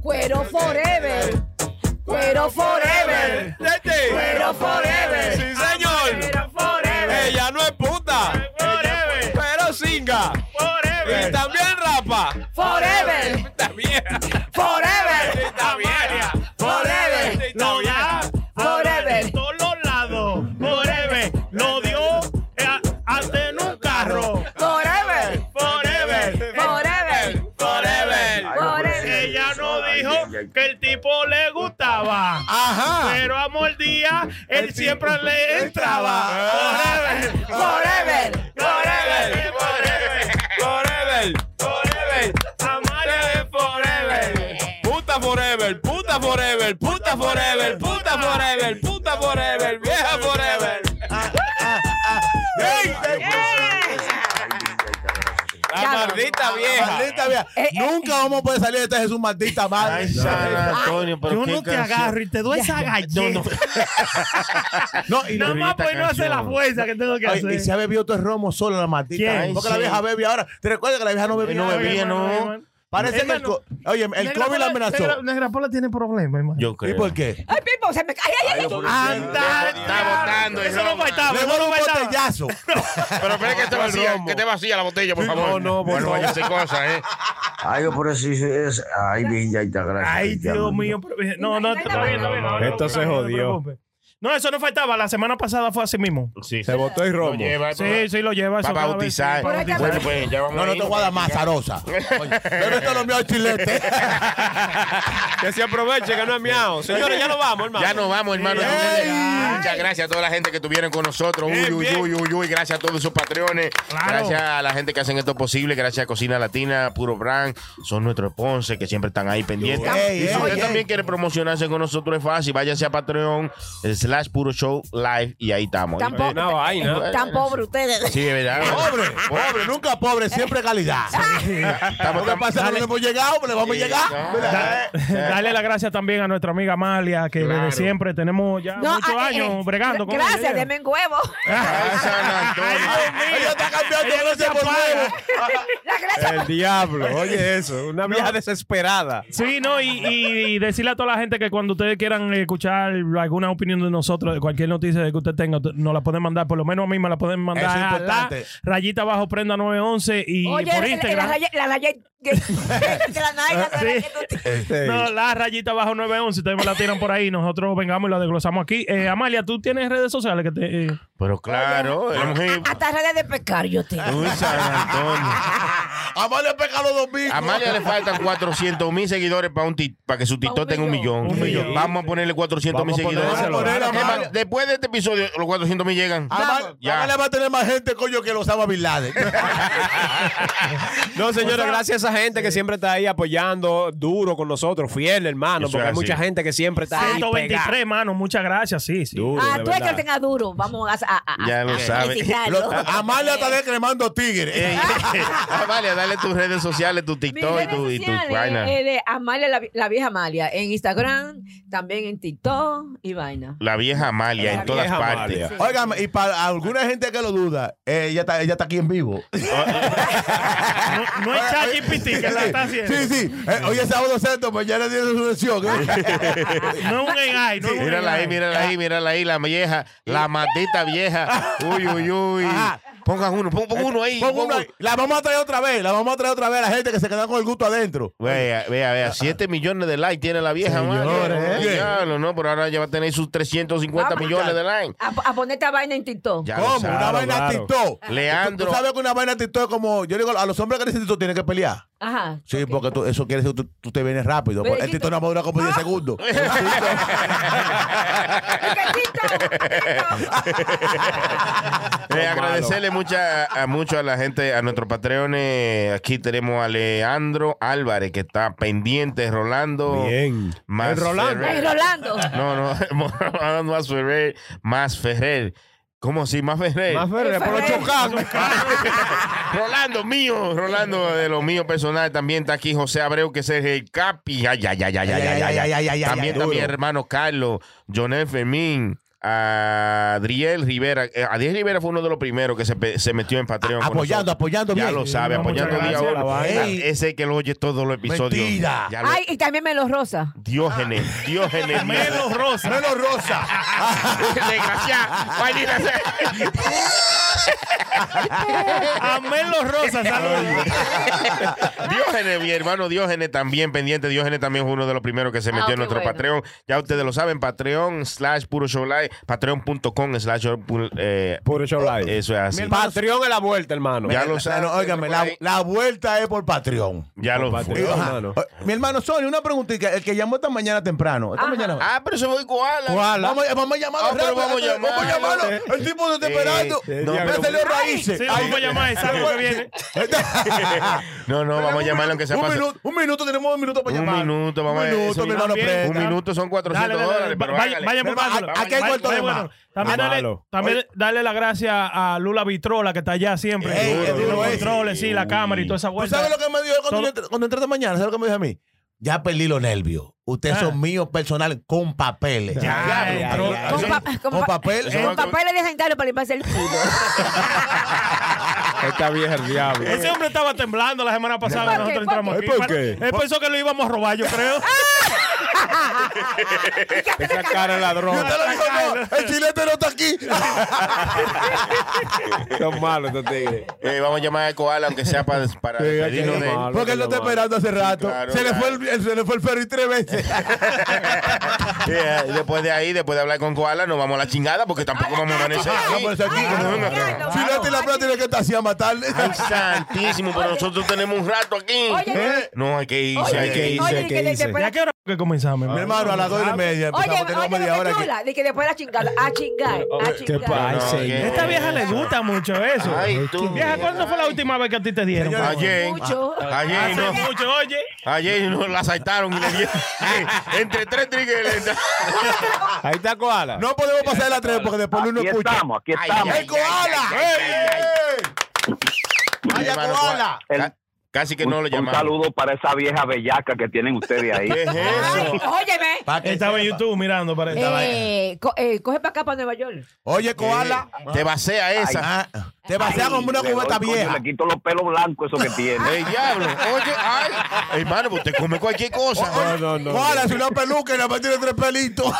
E: Cuero forever. Cuero forever. Cuero forever.
C: Sí, señor.
E: Cuero forever.
C: Ella no es puta,
G: Forever,
C: pero singa. Y
G: forever,
C: también rapa.
E: Forever.
C: Está vieja.
E: Forever.
C: Está vieja.
E: Forever.
G: lo da,
E: Forever.
G: de todos los lados, forever, lo dio eh, hasta en un carro,
E: Forever.
G: forever,
E: Forever.
G: forever.
E: Forever.
G: Ella no dijo que el tipo le gustaba.
C: Ah.
F: Ajá.
G: Pero a mordía, él siempre le entraba. Forever,
E: Forever.
G: forever, forever,
C: Forever.
G: forever. Amalia es forever.
C: Puta forever, puta forever, puta forever, puta forever, puta forever, vieja forever.
F: ¡Ey! ey,
C: La maldita vieja.
F: maldita vieja.
G: Eh,
F: Nunca vamos a poder salir de esta Jesús maldita madre.
D: Ay, San Antonio, pero
G: Yo
D: qué
G: no te
D: canción.
G: agarro y te doy esa galleta.
F: No, y,
G: Nada más
D: esta
G: pues no hace
D: canción.
G: la fuerza que tengo que
F: ay, y se
G: hacer.
F: ha bebido todo el romo sola la maldita.
G: ¿Quién?
F: Ay, Porque
D: sí.
F: la vieja bebe ahora. ¿Te recuerdas que la vieja no bebía?
D: No bebía, no.
G: hermano.
F: Parece que el,
G: Hermano,
F: co- oye, el
G: Negra
F: COVID la
G: Pola- Negra-
F: amenazó.
G: Negra Pola tiene problemas, hermano.
D: Yo creo.
F: ¿Y por qué? Ah,
E: Ay, Pipo, se me cae. Ay, ay, ay.
G: Anda,
D: Está botando el
G: Eso no
D: romo.
G: faltaba.
F: Le
G: eso
F: voy a
G: no
F: dar un
G: faltaba.
F: botellazo.
D: Pero espera que esté vacía, que esté vacía la botella, por favor.
C: no, por
D: Bueno, vaya a hacer cosas, ¿eh?
K: Ay, por eso es. Ay, Virgen está gracias.
G: Ay, Dios mío. pero- No, no, está bien, está bien. no, no,
C: Esto
G: no,
C: se
G: no, no, no
C: jodió.
G: te preocupes. No, eso no faltaba. La semana pasada fue así mismo.
D: Sí,
C: Se botó y
D: Lo
C: romo.
D: lleva,
G: Sí, sí, lo lleva. eso
D: Para
G: cada vez,
D: bautizar.
G: sí, para bautizar.
D: Bueno, pues ya vamos
F: No, no te
D: irnos.
F: voy a dar más, arosa. Bebe todo lo mío al chilete.
C: Que se aproveche, que no es miau. Señores, ya nos vamos, hermano.
D: Ya nos vamos, hermano. Muchas gracias a toda la gente que estuvieron con nosotros. Uy,
C: Bien,
D: uy,
C: bien.
D: uy, uy, uy. Gracias a todos sus patrones.
G: Claro.
D: Gracias a la gente que hacen esto posible. Gracias a Cocina Latina, Puro Brand. Son nuestros Ponce que siempre están ahí pendientes.
F: Ey,
D: y si
F: ey,
D: usted
F: ey.
D: también quiere promocionarse con nosotros, es fácil. Váyase a Patreon, eh, slash Puro Show Live y ahí estamos.
E: Tampoco.
C: Una vaina.
E: Tan pobre ustedes.
D: Sí, de verdad.
F: Pobre, pobre, nunca pobre, siempre calidad.
D: Estamos
F: Lo que pasa es que no le hemos llegado, pero le vamos a llegar.
D: No.
F: Mira, eh.
G: Darle las gracias también a nuestra amiga Amalia, que
D: Claro.
G: desde siempre tenemos ya
E: No,
G: muchos
E: ah, eh,
G: años
E: eh,
G: bregando con ella.
E: Gracias, denme en huevo.
D: Ay, San Antonio.
F: Ella está cambiando
G: Ella no se
F: gracias por
G: apaga.
F: nuevo.
E: La gracia
C: El diablo, oye eso. Una vieja desesperada.
G: Sí, no, y, y decirle a toda la gente que cuando ustedes quieran escuchar alguna opinión de nosotros, de cualquier noticia que usted tenga, nos la pueden mandar, por lo menos a mí me la pueden mandar.
F: Eso es
G: a la
F: importante.
G: rayita bajo prenda 911 y
E: Oye,
G: por Ah,
E: la, la,
G: Instagram.
E: raya- la raya- que- de la nalga, de la que tú tienes.
G: No, la rayita bajo 911, ustedes me la tiran por ahí, nosotros vengamos y la desglosamos aquí. Eh, Amalia, ¿tú tienes redes sociales que te... eh,
D: Pero claro, el mujer.
E: Hasta redes de pescar yo tengo.
D: Uy, San Antonio.
F: Amalia pesca los domingos.
D: A Amalia le faltan 400 mil seguidores para que su
E: Pa'
D: TikTok
E: un
D: tenga un
E: millón.
D: millón.
G: Un millón.
D: Vamos a ponerle 400 mil
C: Vamos a
D: seguidores.
C: ponérselo.
F: Vamos a Ah. ponerle,
D: Es más,
F: Amalia.
D: después de este episodio, los 400 mil llegan.
F: Amal-
D: Ya.
F: Amalia va a tener más gente, coño, que los ama Bin Laden.
C: No, señores, gracias a esa gente que siempre está ahí apoyando duro con nosotros, fiel, hermano,
D: Eso
C: porque
D: es
C: hay mucha
D: así.
C: gente que siempre está ahí. pegada.
G: 123, mano, muchas gracias, sí, sí.
C: Duro,
E: Ah,
C: de
E: tú es que
C: verdad.
E: lo tenga duro. Vamos a, a, a-
D: Ya
E: a-
D: lo
E: a
D: sabe.
E: felicitarlo.
F: Lo- Amalia está descremando tigre.
D: Ey, Amalia, dale tus redes sociales, tu
E: Ah, Mis
D: TikTok y
E: redes
D: tu, y tu
E: sociales,
D: vaina.
E: eh, de Amalia, la, vi- la vieja Amalia, en Instagram, también en TikTok y vaina.
D: La vieja Amalia
C: La
D: en todas
C: vieja
D: partes.
C: Amalia.
F: Oigan, y para alguna gente que lo duda, eh, ella, está, ella está aquí en vivo.
G: No, no es ChatGPT que la está haciendo.
F: Sí, sí. Eh, hoy es sábado santo, mañana tiene su lección. ¿eh?
G: No es un AI, no es un
D: Mírala ahí,
G: AI.
D: mírala ahí, mírala ahí, la vieja, la maldita vieja. Uy, uy, uy.
F: Ajá.
D: Pongan uno, pon, pon uno ahí.
F: Pon
D: pon
F: uno ahí. La vamos a traer otra vez, la vamos a traer otra vez a la gente que se queda con el gusto adentro.
D: Vea, vea, vea, 7 millones de likes tiene la vieja,
F: Señores,
D: Amalia.
F: ¿eh?
D: Diablo, no, pero ahora ya va a tener sus 350
E: Vamos,
D: millones de likes.
E: A, a poner esta vaina en TikTok.
D: Ya lo
F: ¿Cómo?
D: sabe.
F: una vaina
C: claro.
F: TikTok.
D: Leandro.
F: ¿Tú sabes que una vaina TikTok es como. Yo digo, a los hombres que dicen TikTok tienen que pelear.
E: Ajá.
F: Sí, porque tú- eso quiere decir que tú, tú te vienes rápido.
E: Pero
F: Porque el
E: es que
F: TikTok
E: tú-
F: nada más dura como 10
E: Ah.
F: segundos. Ah,
D: Eh, agradecerle mucha, a, mucho a la gente, a nuestros patreones. Aquí tenemos a Leandro Álvarez, que está pendiente, Rolando.
C: Bien.
D: Más
C: El Rolando.
E: Ay,
D: Ferrer.
E: Rolando.
D: No, no, Rolando más Ferrer. Más Ferrer. ¿Cómo así? Más Ferrer.
C: Más verde, por los
E: Ferrer.
C: chocados.
D: Rolando mío, Rolando de lo mío personal también está aquí José Abreu que ese es el capi. Ay, ay, ay, ay, ay, ay, ay,
F: ay,
D: ay,
F: ay,
D: También
F: ay,
D: está mi
F: duro.
D: hermano Carlos, Jonel Fermín, a Adriel Rivera. Eh, Adriel Rivera fue uno de los primeros que se, pe- se metió en Patreon. con
F: Apoyando,
D: nosotros.
F: apoyando
D: Ya
F: bien.
D: lo sabe,
G: No,
D: apoyando
G: muchas
D: día
G: gracias,
D: uno.
G: la
F: vaina.
D: Ah, Ese que lo oye todos los episodios.
F: Mentira.
D: Ya lo-
E: Ay, y también Melo Rosa.
D: Diógenes, Diógenes.
G: Melo Rosa.
F: Menos rosa.
D: Desgraciada. maldita sea.
G: A Melo Rosa, saludos.
D: Diógenes, mi hermano Diógenes también pendiente. Diógenes también fue uno de los primeros que se
E: Ah,
D: metió
E: qué
D: en nuestro
E: bueno.
D: Patreon. Ya ustedes lo saben, Patreon slash puro show live, patreon.com slash puro- eh,
C: Puro show live.
D: eso es así.
C: Patreon en la vuelta, hermano.
D: Ya
F: Eh,
D: lo sabe.
F: no, óigame, la, la vuelta es por Patreon.
D: Ya lo
C: Patreon.
D: fue.
C: Digo,
F: Ajá.
C: hermano.
F: Eh, Mi hermano Sony, una preguntita. El que llamó esta mañana temprano. Esta
E: Ajá.
F: mañana.
D: Ah, pero eso fue Koala.
C: Koala.
F: Vamos, eh, vamos a llamarlo
D: Ah, pero
F: rápido,
D: vamos a
F: vamos a
D: llamarlo.
F: llamarlo. El tipo se está
D: Eh,
F: esperando.
D: eh,
F: no,
D: diablo.
F: me salió raíces.
G: Sí, vamos a llamar, es algo que viene.
D: No, no, vamos a llamarlo aunque sea
F: un
D: para-
F: minuto, un minuto, tenemos un minuto para
D: Un
F: llamar.
D: minuto, vamos a
F: Un minuto,
D: eso-
F: mi hermano
G: también.
F: presta.
D: Un minuto son 400
G: Dale, dale, dale.
D: dólares, pero
G: Va-
D: hágale.
G: vayan por
F: Hermano,
G: bando.
F: aquí ah, hay
G: Vayan-
F: cuarto de
G: vayan
F: más.
G: bueno. También, dale,
C: Malo.
G: también dale la gracia a Lula Vitrola, que está allá siempre.
F: Ey,
G: Duro,
F: qué
G: duro,
F: duro
G: los
F: ese.
G: controles, sí, la cámara y toda esa
F: ¿Tú
G: vuelta.
F: sabes lo que me dijo él cuando,
G: Solo-
F: yo entré, cuando entré esta mañana? ¿Sabes lo que me dijo a mí? Ya perdí los nervios. Ustedes
G: Ah.
F: son míos personales con papeles.
G: Ya, entró.
F: Diablo.
E: Con,
G: Eso-
E: pa- con
F: Ah, Con eh.
E: pa-
F: papeles.
E: con papeles de sanitario para limpiarse el culo.
C: Esta vieja es el diablo.
G: Ese hombre estaba temblando la semana pasada.
E: ¿Por
G: Nosotros
E: qué?
G: entramos
C: ¿Por
G: aquí.
C: qué? ¿Por qué?
G: Él pensó que lo íbamos a robar, yo creo.
C: Esa cara de
F: Y
C: ladrón.
F: usted le dijo, no, el chilete no está aquí.
C: Son malos estos tigres.
D: Eh, vamos a llamar a Koala aunque sea para, para despedirnos
C: que
D: de él.
C: malo.
F: Porque él lo está esperando hace rato.
D: claro,
F: se, le
D: claro.
F: fue el, se le fue el ferry tres veces.
D: Yeah, y Eh, después de ahí, después de hablar con Koala, nos vamos a la chingada porque tampoco vamos a amanecer.
F: Ah,
D: aquí.
F: vamos a hacer aquí.
D: No, no, no.
E: Claro.
F: Chilete y la plata tiene que estar así a matarle.
D: Ay, santísimo, pero nosotros tenemos un rato aquí.
E: Oye,
F: Eh,
D: No, hay que irse,
E: oye,
D: hay que irse.
E: oye,
C: ¿qué
E: que
C: hice?
E: después
G: ¿Y a qué hora que comenzamos?
F: Mi hermano, a las dos y media.
E: Oye,
F: Empezamos, tenemos
E: oye,
F: media
E: lo
F: hora
E: que
F: aquí.
E: chula, de que después la chingada, a chingar,
L: Ah,
E: a
C: ¿Qué
E: chingar.
D: No,
C: pasa?
D: que-
G: Esta vieja le gusta mucho eso.
D: Ay, tú.
G: Vieja, ¿cuándo fue la última vez que a ti te dieron?
F: Señores,
G: papá?
D: Ayer,
E: Mucho.
D: a- ayer,
G: Hace
D: no,
G: mucho, oye.
D: ayer no la asaltaron y le dieron. Entre tres trigueles.
C: Ahí está Koala.
F: No podemos pasar de las tres porque después Luis no escucha.
J: aquí
D: Ay, estamos. ay,
F: ¡El koala!
D: ay, ay, ay,
F: ¡Ey! ¡Vaya
D: Hermano,
F: koala!
J: El-
D: Ca- Casi que no lo
J: un
D: llamamos.
J: saludo para esa vieja bellaca que tienen ustedes ahí.
D: ¿Qué es eso?
E: Ay, óyeme.
F: Pa' que
G: Estaba en
F: sepa.
G: YouTube mirando para
E: Eh, co- eh, coge para acá, para Nueva York.
F: Oye, koala.
D: Te vacea esa.
F: Ah, Te pasea como una
J: Le doy,
F: cubeta
J: coño,
F: vieja.
J: Le quito los pelos blancos eso que tiene.
D: El diablo. Oye, ay. Hermano, usted come cualquier cosa.
C: No, no, no.
F: Koala es una peluca y nada más tiene tres pelitos.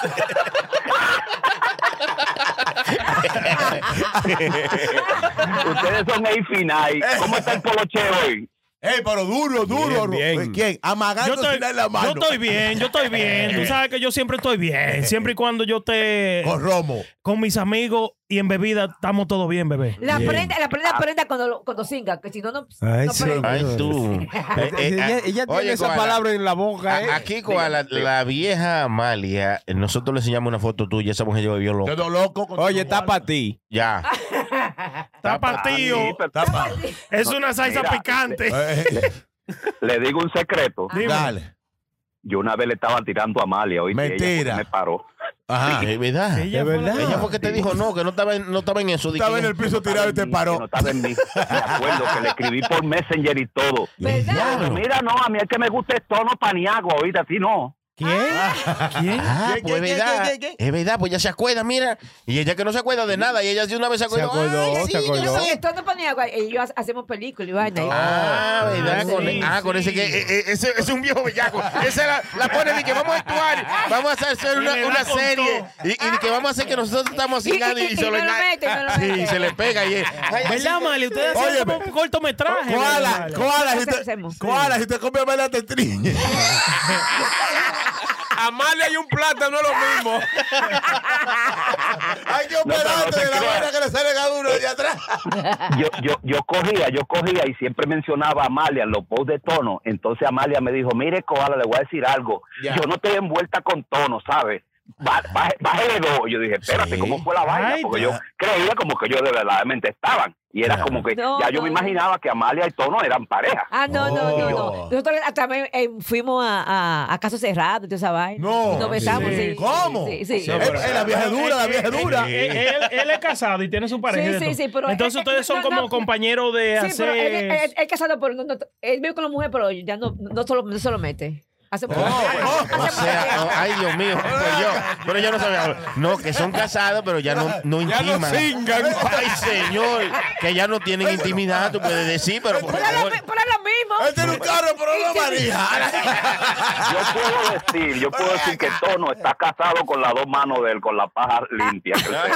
J: Ustedes son ahí final. ¿Cómo está el poloche hoy?
F: Ey, pero duro, duro.
G: Bien, bien.
F: ¿Quién?
G: Yo
F: Amagando
G: estoy,
F: sin dar la mano.
G: yo estoy bien, yo estoy bien. Tú sabes que yo siempre estoy bien. Siempre y cuando yo te.
F: Con romo.
G: Con mis amigos y en bebida estamos todos bien, bebé.
E: La prenda, la
C: Ah.
E: prenda, prenda cuando, lo- cuando singa, que si no, no.
G: Ay,
E: no
G: sí.
E: prende.
D: Ay, tú. Eh, eh,
L: Ella,
D: ah,
L: ella
D: oye,
L: tiene esa
D: Koala, Ah,
L: palabra en la boca,
C: Pues,
L: ¿eh?
D: a- Aquí, Koala, la vieja Amalia, eh, nosotros le enseñamos una foto tuya. Esa mujer yo bebió
F: Yo
D: loco.
F: estoy loco. con-
L: Oye, está para ti.
D: Ya.
G: Está partido.
F: Está pa-
G: Es una salsa
J: Mira,
G: picante.
F: Eh,
J: Le digo un secreto.
G: Dime.
F: Dale.
J: Yo una vez le estaba tirando a Amalia hoy.
F: Mentira.
J: me paró.
L: Ah.
F: Ajá.
D: Es Eh, verdad.
G: Ella
L: ¿De
G: fue la-
L: verdad?
D: Ella fue que te dijo no, que no estaba en, no estaba en eso.
F: Estaba en el piso tirado y te
J: No
F: paró.
J: estaba en mí. Me acuerdo que le escribí por Messenger y todo.
E: ¿Verdad?
J: Pero mira, no, a mí es que me gusta el tono paniago ahorita, así no.
G: ¿Quién?
D: Ah,
L: ¿Qué, qué,
D: pues es
L: qué,
D: verdad.
L: qué, qué?
D: Es verdad, pues ya se acuerda, mira. Y ella que no se acuerda de nada. Y ella de una vez se
L: Se
D: acuerda.
L: acordó, se acordó.
E: Porque esto no ponía agua. Y yo ha- hacemos películas y vaina. y-
D: Ah, ¿verdad?
G: sí,
D: con, ah, con
G: sí.
D: ese que. eh, eh, ese ese es un viejo bellaco. Esa la, la pone de que vamos a actuar. Vamos a hacer una,
G: Y le da
D: una
G: con
D: serie. Y, y de que vamos a hacer que nosotros estamos
E: Y- y-
D: cingando y, se
E: y no
D: lo
E: lo
D: enga-
E: mete, no lo
D: Sí,
E: mete.
D: se le pega. Y, ay,
G: ¿Verdad, Amalia? Ustedes
F: Óyeme.
G: hacen como un cortometraje.
F: Koala,
G: ¿verdad?
F: koala, si
E: Eso
F: te,
E: hacemos.
F: koala, si te come vela te triñe.
A: Amalia y un plátano es lo mismo.
F: Hay que
J: pero no
F: operarte
J: te
F: de la
J: creas.
F: vaina que le sale a uno de atrás.
J: Yo, yo, yo cogía, yo cogía y siempre mencionaba a Amalia en los posts de tono. Entonces Amalia me dijo, mire, Koala, le voy a decir algo.
D: Ya.
J: Yo no estoy envuelta con tono, ¿sabes? Ba- baje- Bájale dos. Yo dije, espérate,
D: Sí.
J: ¿cómo fue la vaina?
G: Ay,
J: Porque
G: ya.
J: yo creía como que yo de verdaderamente estaban. Y era
D: Ya.
J: como que
E: No,
J: ya yo
E: no,
J: me
E: no.
J: imaginaba que Amalia y Tono eran pareja.
E: Ah, no, no, no, no.
F: Oh.
E: Nosotros también eh, fuimos a, a, a Caso Cerrado y toda esa vaina.
F: No.
E: Y Nos besamos,
F: Sí.
E: sí.
F: ¿Cómo?
E: Sí, sí.
F: No, pero- Eh, la vieja es dura, la vieja es dura.
G: Eh, eh, Él, él es casado y tiene su pareja. y de
E: sí,
G: todo.
E: sí, pero-
G: Entonces
E: eh,
G: ustedes son
E: no,
G: como
E: no.
G: compañeros de
E: Sí, pero él, él- él-
G: hacer.
E: él casado, pero no, no- él vive con la mujer, pero ya no, no, se, lo, no se lo mete. Hace poco.
D: O sea, oh, ay, Dios mío, pues yo, pero yo no sabía. No, que son casados, pero ya no, no
L: Ya no
D: intiman.
L: singan.
D: Ay, señor, que ya no tienen intimidad, tú puedes decir, pero por
E: Pero es lo,
D: favor.
E: pero es lo mismo.
F: Él tiene un carro, pero no lo maneja.
J: Yo puedo decir, yo puedo decir que Tono está casado con las dos manos de él, con la paja limpia. que sea.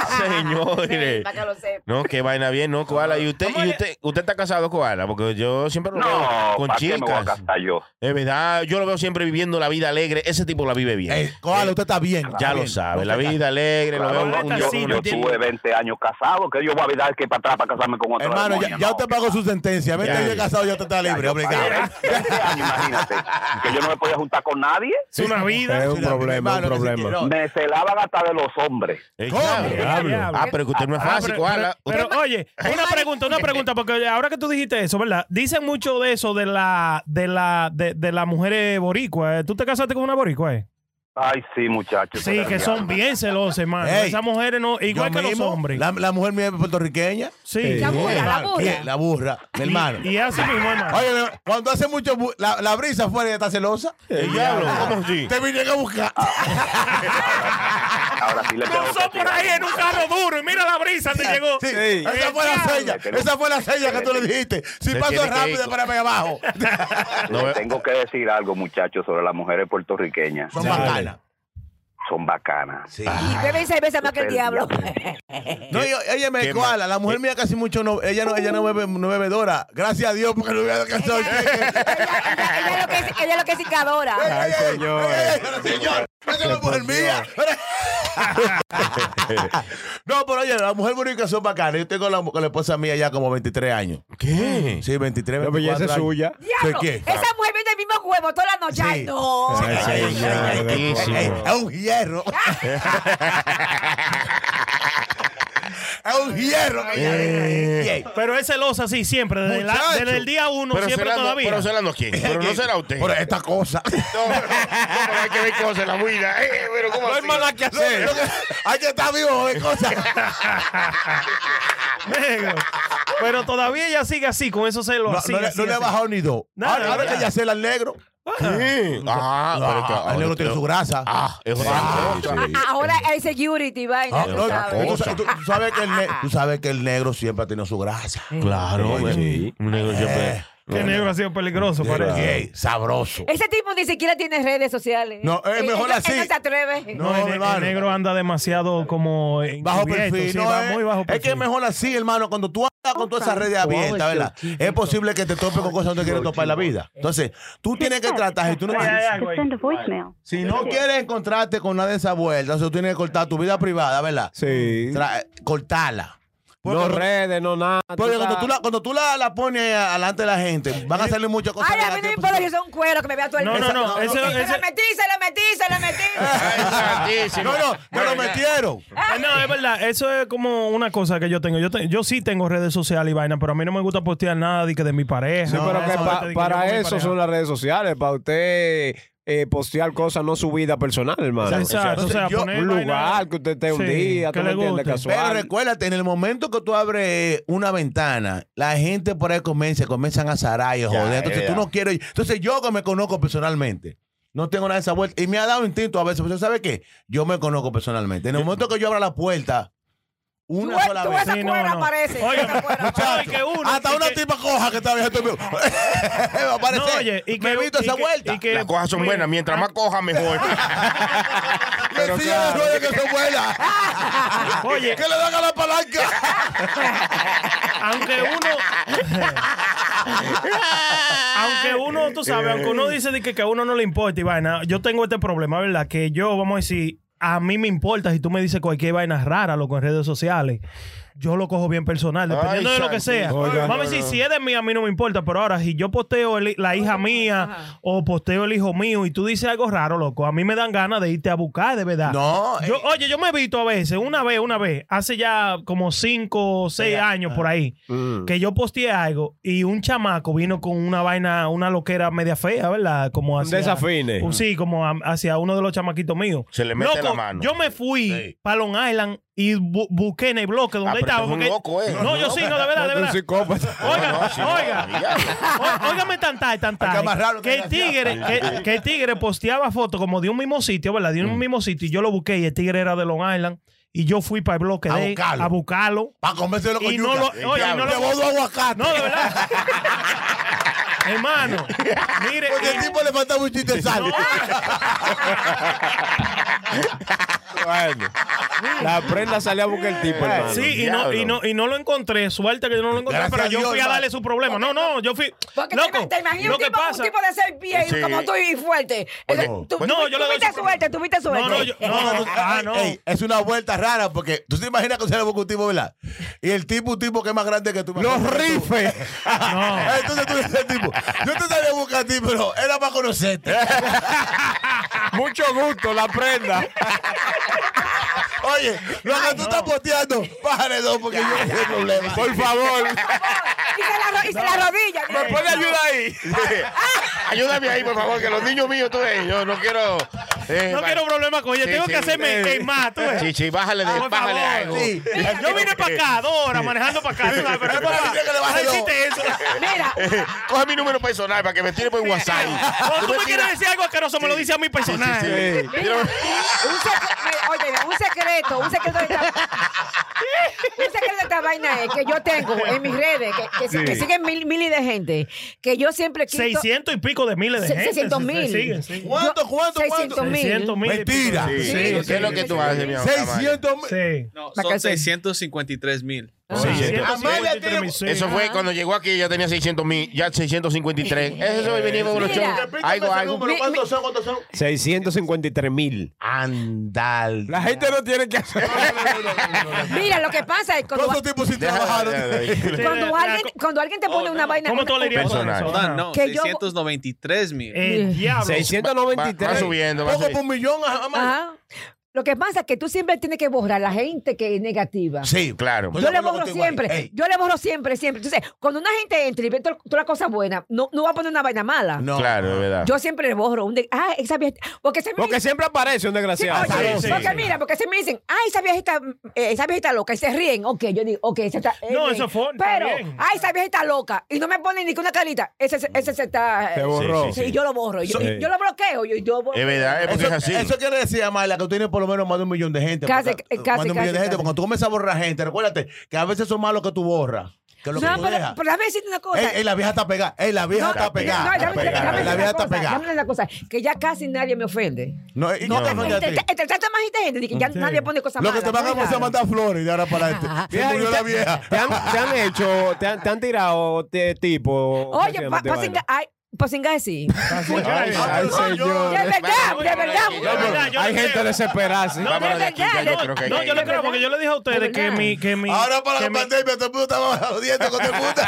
D: Señores.
E: Para que lo sepa.
D: No, que vaina bien, ¿no, Koala? ¿Y usted, y usted, usted está casado, Koala? Porque yo siempre lo veo
J: No,
D: con
J: ¿para qué me voy a
D: chicas.
J: casar yo?
D: Es verdad, yo lo veo siempre viviendo la vida alegre. Ese tipo la vive bien.
F: Ey, Koala, usted está bien.
D: ya lo sabe, la vida alegre,
J: Claro,
D: lo veo un,
J: yo,
D: un-
J: yo tuve 20 años casado, que yo voy a olvidar que para atrás para casarme con otro
F: Hermano, ya,
J: demonio,
F: ya
J: no.
F: usted pagó su sentencia. Vete
D: Ya.
F: años casado, ya usted está
J: Ya,
F: libre,
J: yo
F: obligado.
J: pagué 20 años, imagínate, que yo no me podía juntar con nadie,
G: Es una vida.
L: Es un
F: Sí,
L: problema, un
F: hermano, que sí,
L: problema.
F: no.
J: me celaban hasta de los hombres.
D: Eh,
F: ¿Cómo?
D: claro.
G: Diablo.
D: Ah, pero que usted no es
G: Ah,
D: fácil, Koala.
G: pero, oye, una pregunta,
F: eh,
G: una pregunta, porque ahora que tú dijiste eso, ¿verdad? Dicen mucho de eso, de la, de la, de, de las mujeres boricuas. ¿eh? ¿Tú te casaste con una boricua? eh?
J: Ay, sí, muchachos.
G: Sí, que son bien celosas, hermano.
F: Ey,
G: Esas mujeres no, igual
F: Yo
G: que los
F: mismo,
G: hombres.
F: La, la mujer mía es puertorriqueña.
G: sí.
E: La burra, la
F: Hermano,
E: burra.
F: sí, La burra, mi hermano.
G: Y, y así mismo, hermano.
F: Oye, mi- cuando hace mucho bu- la, la brisa afuera y está celosa,
D: El diablo, ¿cómo sí?
F: te vinieron a buscar.
J: Ahora sí le tengo que
G: Cruzó por
J: tirar.
G: ahí en un carro duro y mira la brisa te llegó.
F: Sí,
L: Ey.
F: esa fue la
G: Diablo.
F: sella, esa fue la sella que tú le dijiste. Si
D: Se
F: paso
D: tiene que
F: rápido,
D: ir.
F: para para abajo.
D: No eh.
J: Le
D: veo-
J: Tengo que decir algo, muchachos, sobre las mujeres puertorriqueñas.
F: Son bacanas.
J: Son bacanas.
E: Y beben seis veces más que el
J: Ustedes,
E: diablo.
F: No, yo, oye, me
D: qué
F: cuala. La mujer mía casi mucho no, ella no, ella no bebe, no bebedora. Gracias a Dios porque no hubiera casado.
E: ella, ella- ella es lo que es, ella es lo que es sicadora.
L: Ay, señor.
F: Señor, esa es la mujer mía. No, pero oye, las mujeres bonitas son bacanas. Yo tengo la, con la esposa mía ya como 23 años.
D: ¿Qué?
F: Sí, 23,
L: La
F: 24
L: belleza pues, es
F: años.
L: suya.
F: ¿De
E: Diablo,
F: qué?
E: Esa mujer viene el mismo huevo toda la noche. Ay,
F: Sí.
E: no.
L: Ay, señor, de
D: Ay,
L: corazón.
D: ay,
F: Ey, Es un hierro. Es un hierro que
L: Eh.
F: ella viene ahí. Ey,
G: Pero es celosa, sí, siempre. Desde, la-
F: Muchacho.
G: desde el día uno,
D: Pero
G: siempre
D: será, no,
G: todavía.
D: pero será no quién, pero no será usted.
F: Por e- esta cosa.
D: No, no, pero hay que ver cosas en la vida. Eh, pero ¿cómo
F: No hay
D: así?
F: más nada que hacer. Lo que- Hay que estar vivo de cosas.
G: Negro. Pero todavía ella sigue así, con esos celos.
F: No,
G: así,
F: no le,
G: así,
F: no le ha
G: así.
F: bajado ni dos.
G: Nada,
F: ahora ahora
G: ya.
F: que ya se la al negro.
D: Sí. Ah, pero es que
F: Ah,
D: ahora
F: el negro tiene
D: usted-
F: su grasa.
D: Ah, es otra
F: Ah,
D: cosa.
E: Ah, Ahora hay security, vaina.
F: Ah,
E: tú
F: no,
E: sabes.
F: tú, sa- tú- tú sabes que el ne- tú sabes que el negro siempre ha tenido su grasa.
D: Claro,
F: Sí.
D: güey. Un negro siempre.
G: Eh, Qué negro ha sido peligroso, parece.
F: Ey, sabroso.
E: Ese tipo ni siquiera tiene redes sociales.
G: No, es
E: Él-
G: mejor
E: él-
G: así.
E: Él no se atreve.
G: No, el, el negro anda demasiado como en-
F: Bajo
G: encubierto,
F: perfil,
G: sí,
F: no,
G: va
F: es,
G: muy bajo
F: es que es mejor así, hermano. Cuando tú andas con todas esas redes abiertas, ¿verdad? Es posible que te topes con cosas donde quieres topar en la vida. Entonces, tú tienes que tratar. Si tú no,
L: Hey, hey, hey, Send a voicemail.
F: si no quieres encontrarte con nada de esa vuelta, o sea, tú tienes que cortar tu vida privada, ¿verdad? eh,
L: Sí.
F: cortarla.
L: No redes, no nada.
F: Porque
L: tú
F: cuando
L: sabes.
F: tú la, cuando tú la, la pones adelante de la gente, van a salir muchas cosas.
E: Ay, a mí no me importa si son cuero que me vea todo el
F: No, no,
E: mundo.
F: no, ese-
E: Se
F: ese-
E: lo metí, se lo metí, se lo metí.
F: No, no, me lo metieron.
G: Eh, No, es verdad. Eso es como una cosa que yo tengo. Yo, te- yo sí tengo redes sociales y vaina, pero a mí no me gusta postear nada de, que de mi pareja.
L: Sí, pero
G: nada de
L: que
G: esa
L: pa-
G: vaina de que yo
L: para
G: con mi
L: eso
G: pareja.
L: son las redes sociales, para usted eh, postear cosas, no su vida personal, hermano.
G: Exacto, o sea,
L: yo-
G: poner
L: un
G: vaina-
L: lugar que usted esté un
G: Sí,
L: día, tú me entiendes,
F: Pero
L: casual.
F: recuérdate, en el momento que tú abres una ventana, la gente por ahí comienza, comienzan a zarar y a joder. Entonces
L: ya,
F: tú
L: ya.
F: no quieres. Entonces yo que me conozco personalmente. No tengo nada de esa vuelta. Y me ha dado instinto a veces. Pero ¿sabe qué? Yo me conozco personalmente. En el momento que yo abra la puerta, una
E: Tú-
F: sola
E: tú
F: vez.
E: esa Sí, no, cuera no. aparece,
F: Oye,
E: esa cuera
F: muchacho, hasta una tipa coja que está viendo esto mío. Va a aparecer.
D: No, oye, y
F: me
D: que-
F: he visto
D: y
F: esa
D: que-
F: vuelta.
D: y que- Las cojas son mira, buenas, mientras más cojas, mejor.
F: Pero
D: claro.
F: que son buenas.
G: Oye.
F: Que le dan a la palanca.
G: Aunque uno. aunque uno, tú sabes, aunque uno dice de que, que a uno no le importa y vaina, yo tengo este problema, ¿verdad? Que yo, vamos a decir, a mí me importa si tú me dices cualquier vaina rara, loco, en redes sociales. Yo lo cojo bien personal, dependiendo
L: Ay,
G: de lo que
L: santísimo.
G: sea.
L: Oiga,
G: Vamos a
L: no,
G: decir,
L: no.
G: si es de mí, a mí no me importa, pero ahora, si yo posteo el- la hija mía o posteo el hijo mío y tú dices algo raro, loco, a mí me dan ganas de irte a buscar, de verdad.
F: No, eh,
G: Yo, oye, yo me he visto a veces, una vez, una vez, hace ya como cinco o seis años por ahí,
D: Mm.
G: que yo posteé algo y un chamaco vino con una vaina, una loquera media fea, ¿verdad? Como hacia,
L: desafine.
G: un- sí, como a- hacia uno de los chamaquitos míos.
D: Se le mete
G: Loco,
D: la mano.
G: Yo me fui para Long Island y bu- busqué en el bloque donde
D: Ah, pero
G: estaba.
D: tú eres un loco, ¿eh?
G: No, yo sí, no, de verdad, de
L: Tú eres
G: verdad.
L: un psicópata.
G: Oiga, o- óigame tanta,
L: Hay
G: tanta.
L: que amarrarlo,
G: Que el tigre, que, que el tigre posteaba fotos como de un mismo sitio, ¿verdad? De un mismo sitio. Y yo lo busqué y el tigre era de Long Island. Y yo fui para el bloque
F: A
G: de él,
F: buscarlo.
G: a buscarlo.
F: Para convencerlo con
G: y no lo,
F: yuca.
G: oye, y no lo-
F: Llevó dos aguacates.
G: No, de verdad. Hermano, mire.
F: Porque el tipo le falta un chiste de sal.
L: Bueno, la prenda salió a buscar el tipo, hermano.
G: Sí, y no, y, no, y no lo encontré. Suerte que yo no lo encontré,
L: Gracias
G: pero
L: a
G: yo
L: Dios,
G: fui a
L: hermano.
G: darle su problema. No, no, yo fui.
E: Porque te
G: loco,
E: ima- te imaginas
G: lo
E: un,
G: que
E: tipo,
G: pasa.
E: un tipo de seis pies
G: Sí.
E: como tú y fuerte.
G: Oye,
E: Entonces, tú,
G: no,
E: tú-
G: yo le doy
E: tuviste
G: su-
E: suerte, tuviste suerte. ah,
F: Ey, ey, es una vuelta rara porque tú te imaginas que se le busca un tipo, ¿verdad? Y el tipo, un tipo que es más grande que tú. ¡Los rifes! Entonces tú dices, tipo, yo te sabía buscar a ti, pero era para conocerte. Mucho gusto, la prenda. Oye, lo que tú estás posteando, pájale dos porque yo no tengo problema. Por favor.
E: Y se la, ro- y se la rodilla.
D: ¿Me Eh. puede ayudar ahí? Ayúdame ahí, por favor, que los niños míos, tú ves, yo no quiero... eh,
G: No quiero problemas con ella, tengo que hacerme el más, tú ves.
D: Sí, sí, bájale, de,
G: Ah, por
D: bájale
G: favor.
D: algo.
G: Sí. Mira, yo vine para acá, dos horas, manejando para acá. tú sabes, pero
D: Sí.
G: es para-
D: Dice que le baje
G: Ay,
D: dos.
G: hiciste eso. Mira.
D: Coge mi número personal para que me tire por WhatsApp.
G: Cuando Oh, tú me quieres decir algo asqueroso, me lo dice a mí personal.
D: Sí, sí, sí.
E: Mira, un secre- mira, oye, un secreto, un secreto de esta, un secreto de esta vaina es que yo tengo en mis redes, que, que,
G: Sí.
E: que siguen mil, miles de gente, que yo siempre quito...
G: 600 y pico de miles de
E: Se-
G: gente.
E: 600
G: se- se
E: mil.
G: siguen, sí.
F: ¿Cuánto, cuánto, cuánto?
E: 600 mil.
G: 600 mil.
F: Mentira.
G: Sí,
D: Sí,
G: sí,
D: ¿Qué es lo que tú haces, mi amor?
F: 600 mil.
H: No,
D: La
H: son
D: canción.
H: 653 mil.
D: Eso fue cuando llegó aquí, ya tenía 600 mil, ya 653. Eso hoy venimos con los
F: Mira.
D: shows. Algo, algo.
F: ¿Cuántos son? ¿Cuántos son?
L: 653 mil.
F: Andal.
L: La gente no tiene que hacer.
E: Mira, lo que pasa es cuando,
F: tipos sin
E: cuando alguien, cuando alguien te pone
F: Oh,
E: una vaina...
G: ¿Cómo tú le dirías con
H: Personal.
G: eso?
H: No,
G: Ajá. Eh,
H: no,
E: Que yo-
H: 693 mil.
G: El diablo.
L: 693.
D: Va- va subiendo, va
F: Poco
D: subiendo.
F: por un millón. ajá, más.
E: Ajá. Lo que pasa es que tú siempre tienes que borrar la gente que es negativa.
F: Sí, Pues
D: claro.
E: Yo le borro siempre. Yo le borro siempre, siempre. Entonces, cuando una gente entra y ve to- toda la cosa buena, no, no va a poner una vaina mala.
D: No. Claro, de verdad.
E: Yo siempre le borro. Un de- ah, esa vieja. Porque, se me
L: Porque siempre aparece un desgraciado.
E: Sí, oye, Porque mira, porque se me dicen, ah, esa viejita, eh, esa viejita loca, y se ríen. Ok, yo digo, ok, esa está. eh,
G: No,
E: bien.
G: eso fue- está
E: Pero,
G: bien.
E: ah, esa viejita loca. Y no me ponen ni que una carita. Ese, se- ese se está.
F: Se
E: eh,
F: borró.
E: Sí,
F: Sí, sí, sí.
E: yo lo borro. Yo,
F: Sí.
E: yo lo bloqueo. Yo, yo borro.
F: eso, Eso quiere decir, Amalia, que tú tienes por lo menos más de un millón de gente.
E: Casi,
F: porque-
E: eh, casi,
F: Más de un millón
E: casi,
F: de gente.
E: casi.
F: porque Cuando tú comienzas a borrar gente, recuérdate que a veces son malos que tú borras. Que lo que
E: no,
F: tú
E: pero,
F: dejas.
E: pero déjame decirte una cosa.
F: Ey, ey, la vieja está pegada. Ey, la vieja
E: No,
F: está pegada.
E: No,
F: Está
E: déjame- déjame
F: pegada. la
E: decirte
F: vieja
E: una
F: está
E: cosa,
F: pegada.
E: déjame una cosa, que ya casi nadie me ofende.
F: No, y- no te ofende a ti.
E: Entre entre tanta más gente, de que ya
F: Sí.
E: nadie pone cosas
F: Lo
E: malas.
F: que te van a
E: ¿no?
F: comenzar a mandar flores de ahora para adelante. Se
L: Vieja,
F: murió
L: y
F: la
L: te-
F: vieja.
L: Te han, te han hecho, te han, te han tirado te- tipo.
E: Oye,
L: ofreciéndote vaina.
E: Pasinga, ay, Pasinga es sí.
L: Ay, ay, señor.
E: De verdad, de verdad.
L: Hay gente desesperada. sí.
G: No, de verdad, no, no, yo le creo porque yo le dije a ustedes que mi, que mi.
F: Ahora para
G: que
F: la
G: mi-
F: pandemia, todo el mundo estaba jodiendo con todo el mundo.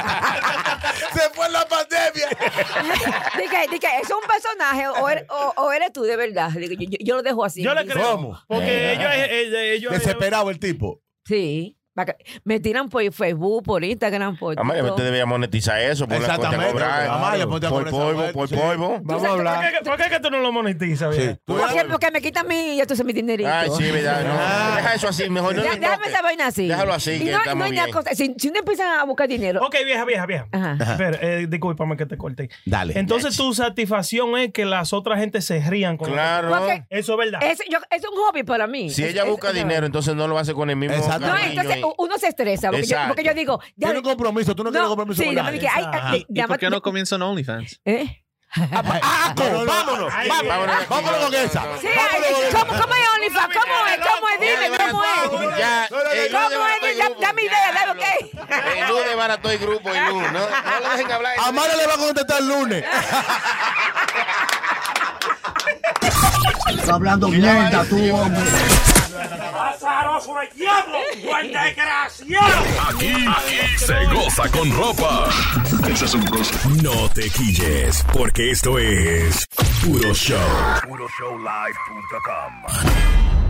F: Se fue la pandemia.
E: Dije, dije, ¿es un personaje o eres, o- o eres tú de verdad? Dije, yo, yo- yo lo dejo así.
G: Yo le creo. Porque ellos, ellos, ellos- eh,
F: Desesperado el tipo.
E: Sí. Va que- Me tiran por Facebook, por Instagram, por
D: Amalia,
E: todo.
D: usted Ah, debería monetizar eso. Por la cuenta a
F: Exactamente,
D: cobrar.
F: Amalia, ponte a
D: por
F: cobrar esa
D: polvo, por
F: vuelta, sí.
D: polvo.
G: ¿Por qué- ¿Por qué, por qué que tú no lo monetizas, vieja?
E: Porque, porque me quita mi, ya tú sabes, mi dinerito.
D: Ay, sí, verdad. No. Deja eso así, mejor no.
E: Ya-
D: le
E: déjame
D: toques.
E: esa vaina así.
D: Déjalo así,
E: Y
D: que
E: no,
D: estamos
E: no hay nada
D: bien.
E: cosa. Si, si uno empieza a buscar dinero.
G: Ok, vieja, vieja, vieja.
E: Ajá.
G: Espera, eh, discúlpame que te corté.
F: Dale.
G: Entonces tu satisfacción es que las otras gente se rían con
D: Claro.
E: Porque-
G: Eso es verdad.
E: Es, yo- es un hobby para mí.
D: Si
E: Es-
D: ella
E: es-
D: busca
E: es-
D: dinero, entonces no lo hace con el mismo.
F: Exacto.
E: No,
D: cariño
E: entonces
D: y-
E: u- uno se estresa. Porque, yo,
D: Exacto.
E: porque yo digo. Ya,
F: Tiene un compromiso, tú no, tienes compromiso
E: sí,
F: con
E: yo me
F: nadie.
E: dije, ay,
F: Ajá.
E: ay,
H: ¿Y
E: ya
H: por qué
E: me-
H: no comienza en OnlyFans?
E: ¿Eh?
F: Ah, co-
D: no, no,
F: vámonos,
G: ay,
F: vámonos,
D: vámonos de aquí,
F: vámonos
D: no,
F: con
D: no,
F: esa.
D: no, no.
E: Sí, ay, ¿cómo, ¿cómo es OnlyFans? ¿Cómo es? ¿Cómo es? Dime, ¿cómo es?
D: Ya, el lunes
E: ¿Cómo
D: barato
E: es?
D: y
E: Da-
D: grupo.
E: Dame idea, dame, ok.
D: El lunes barato y grupo, el lunes. No, no lo dejen hablar.
F: Amalia le va a contestar el lunes.
K: Está hablando mierda tú, hombre.
I: ¡Azaroso el diablo! ¡Buen desgraciado!
M: Aquí, aquí se goza con ropa. No te quilles, porque esto es Puro Show.
N: PuroShowLive.com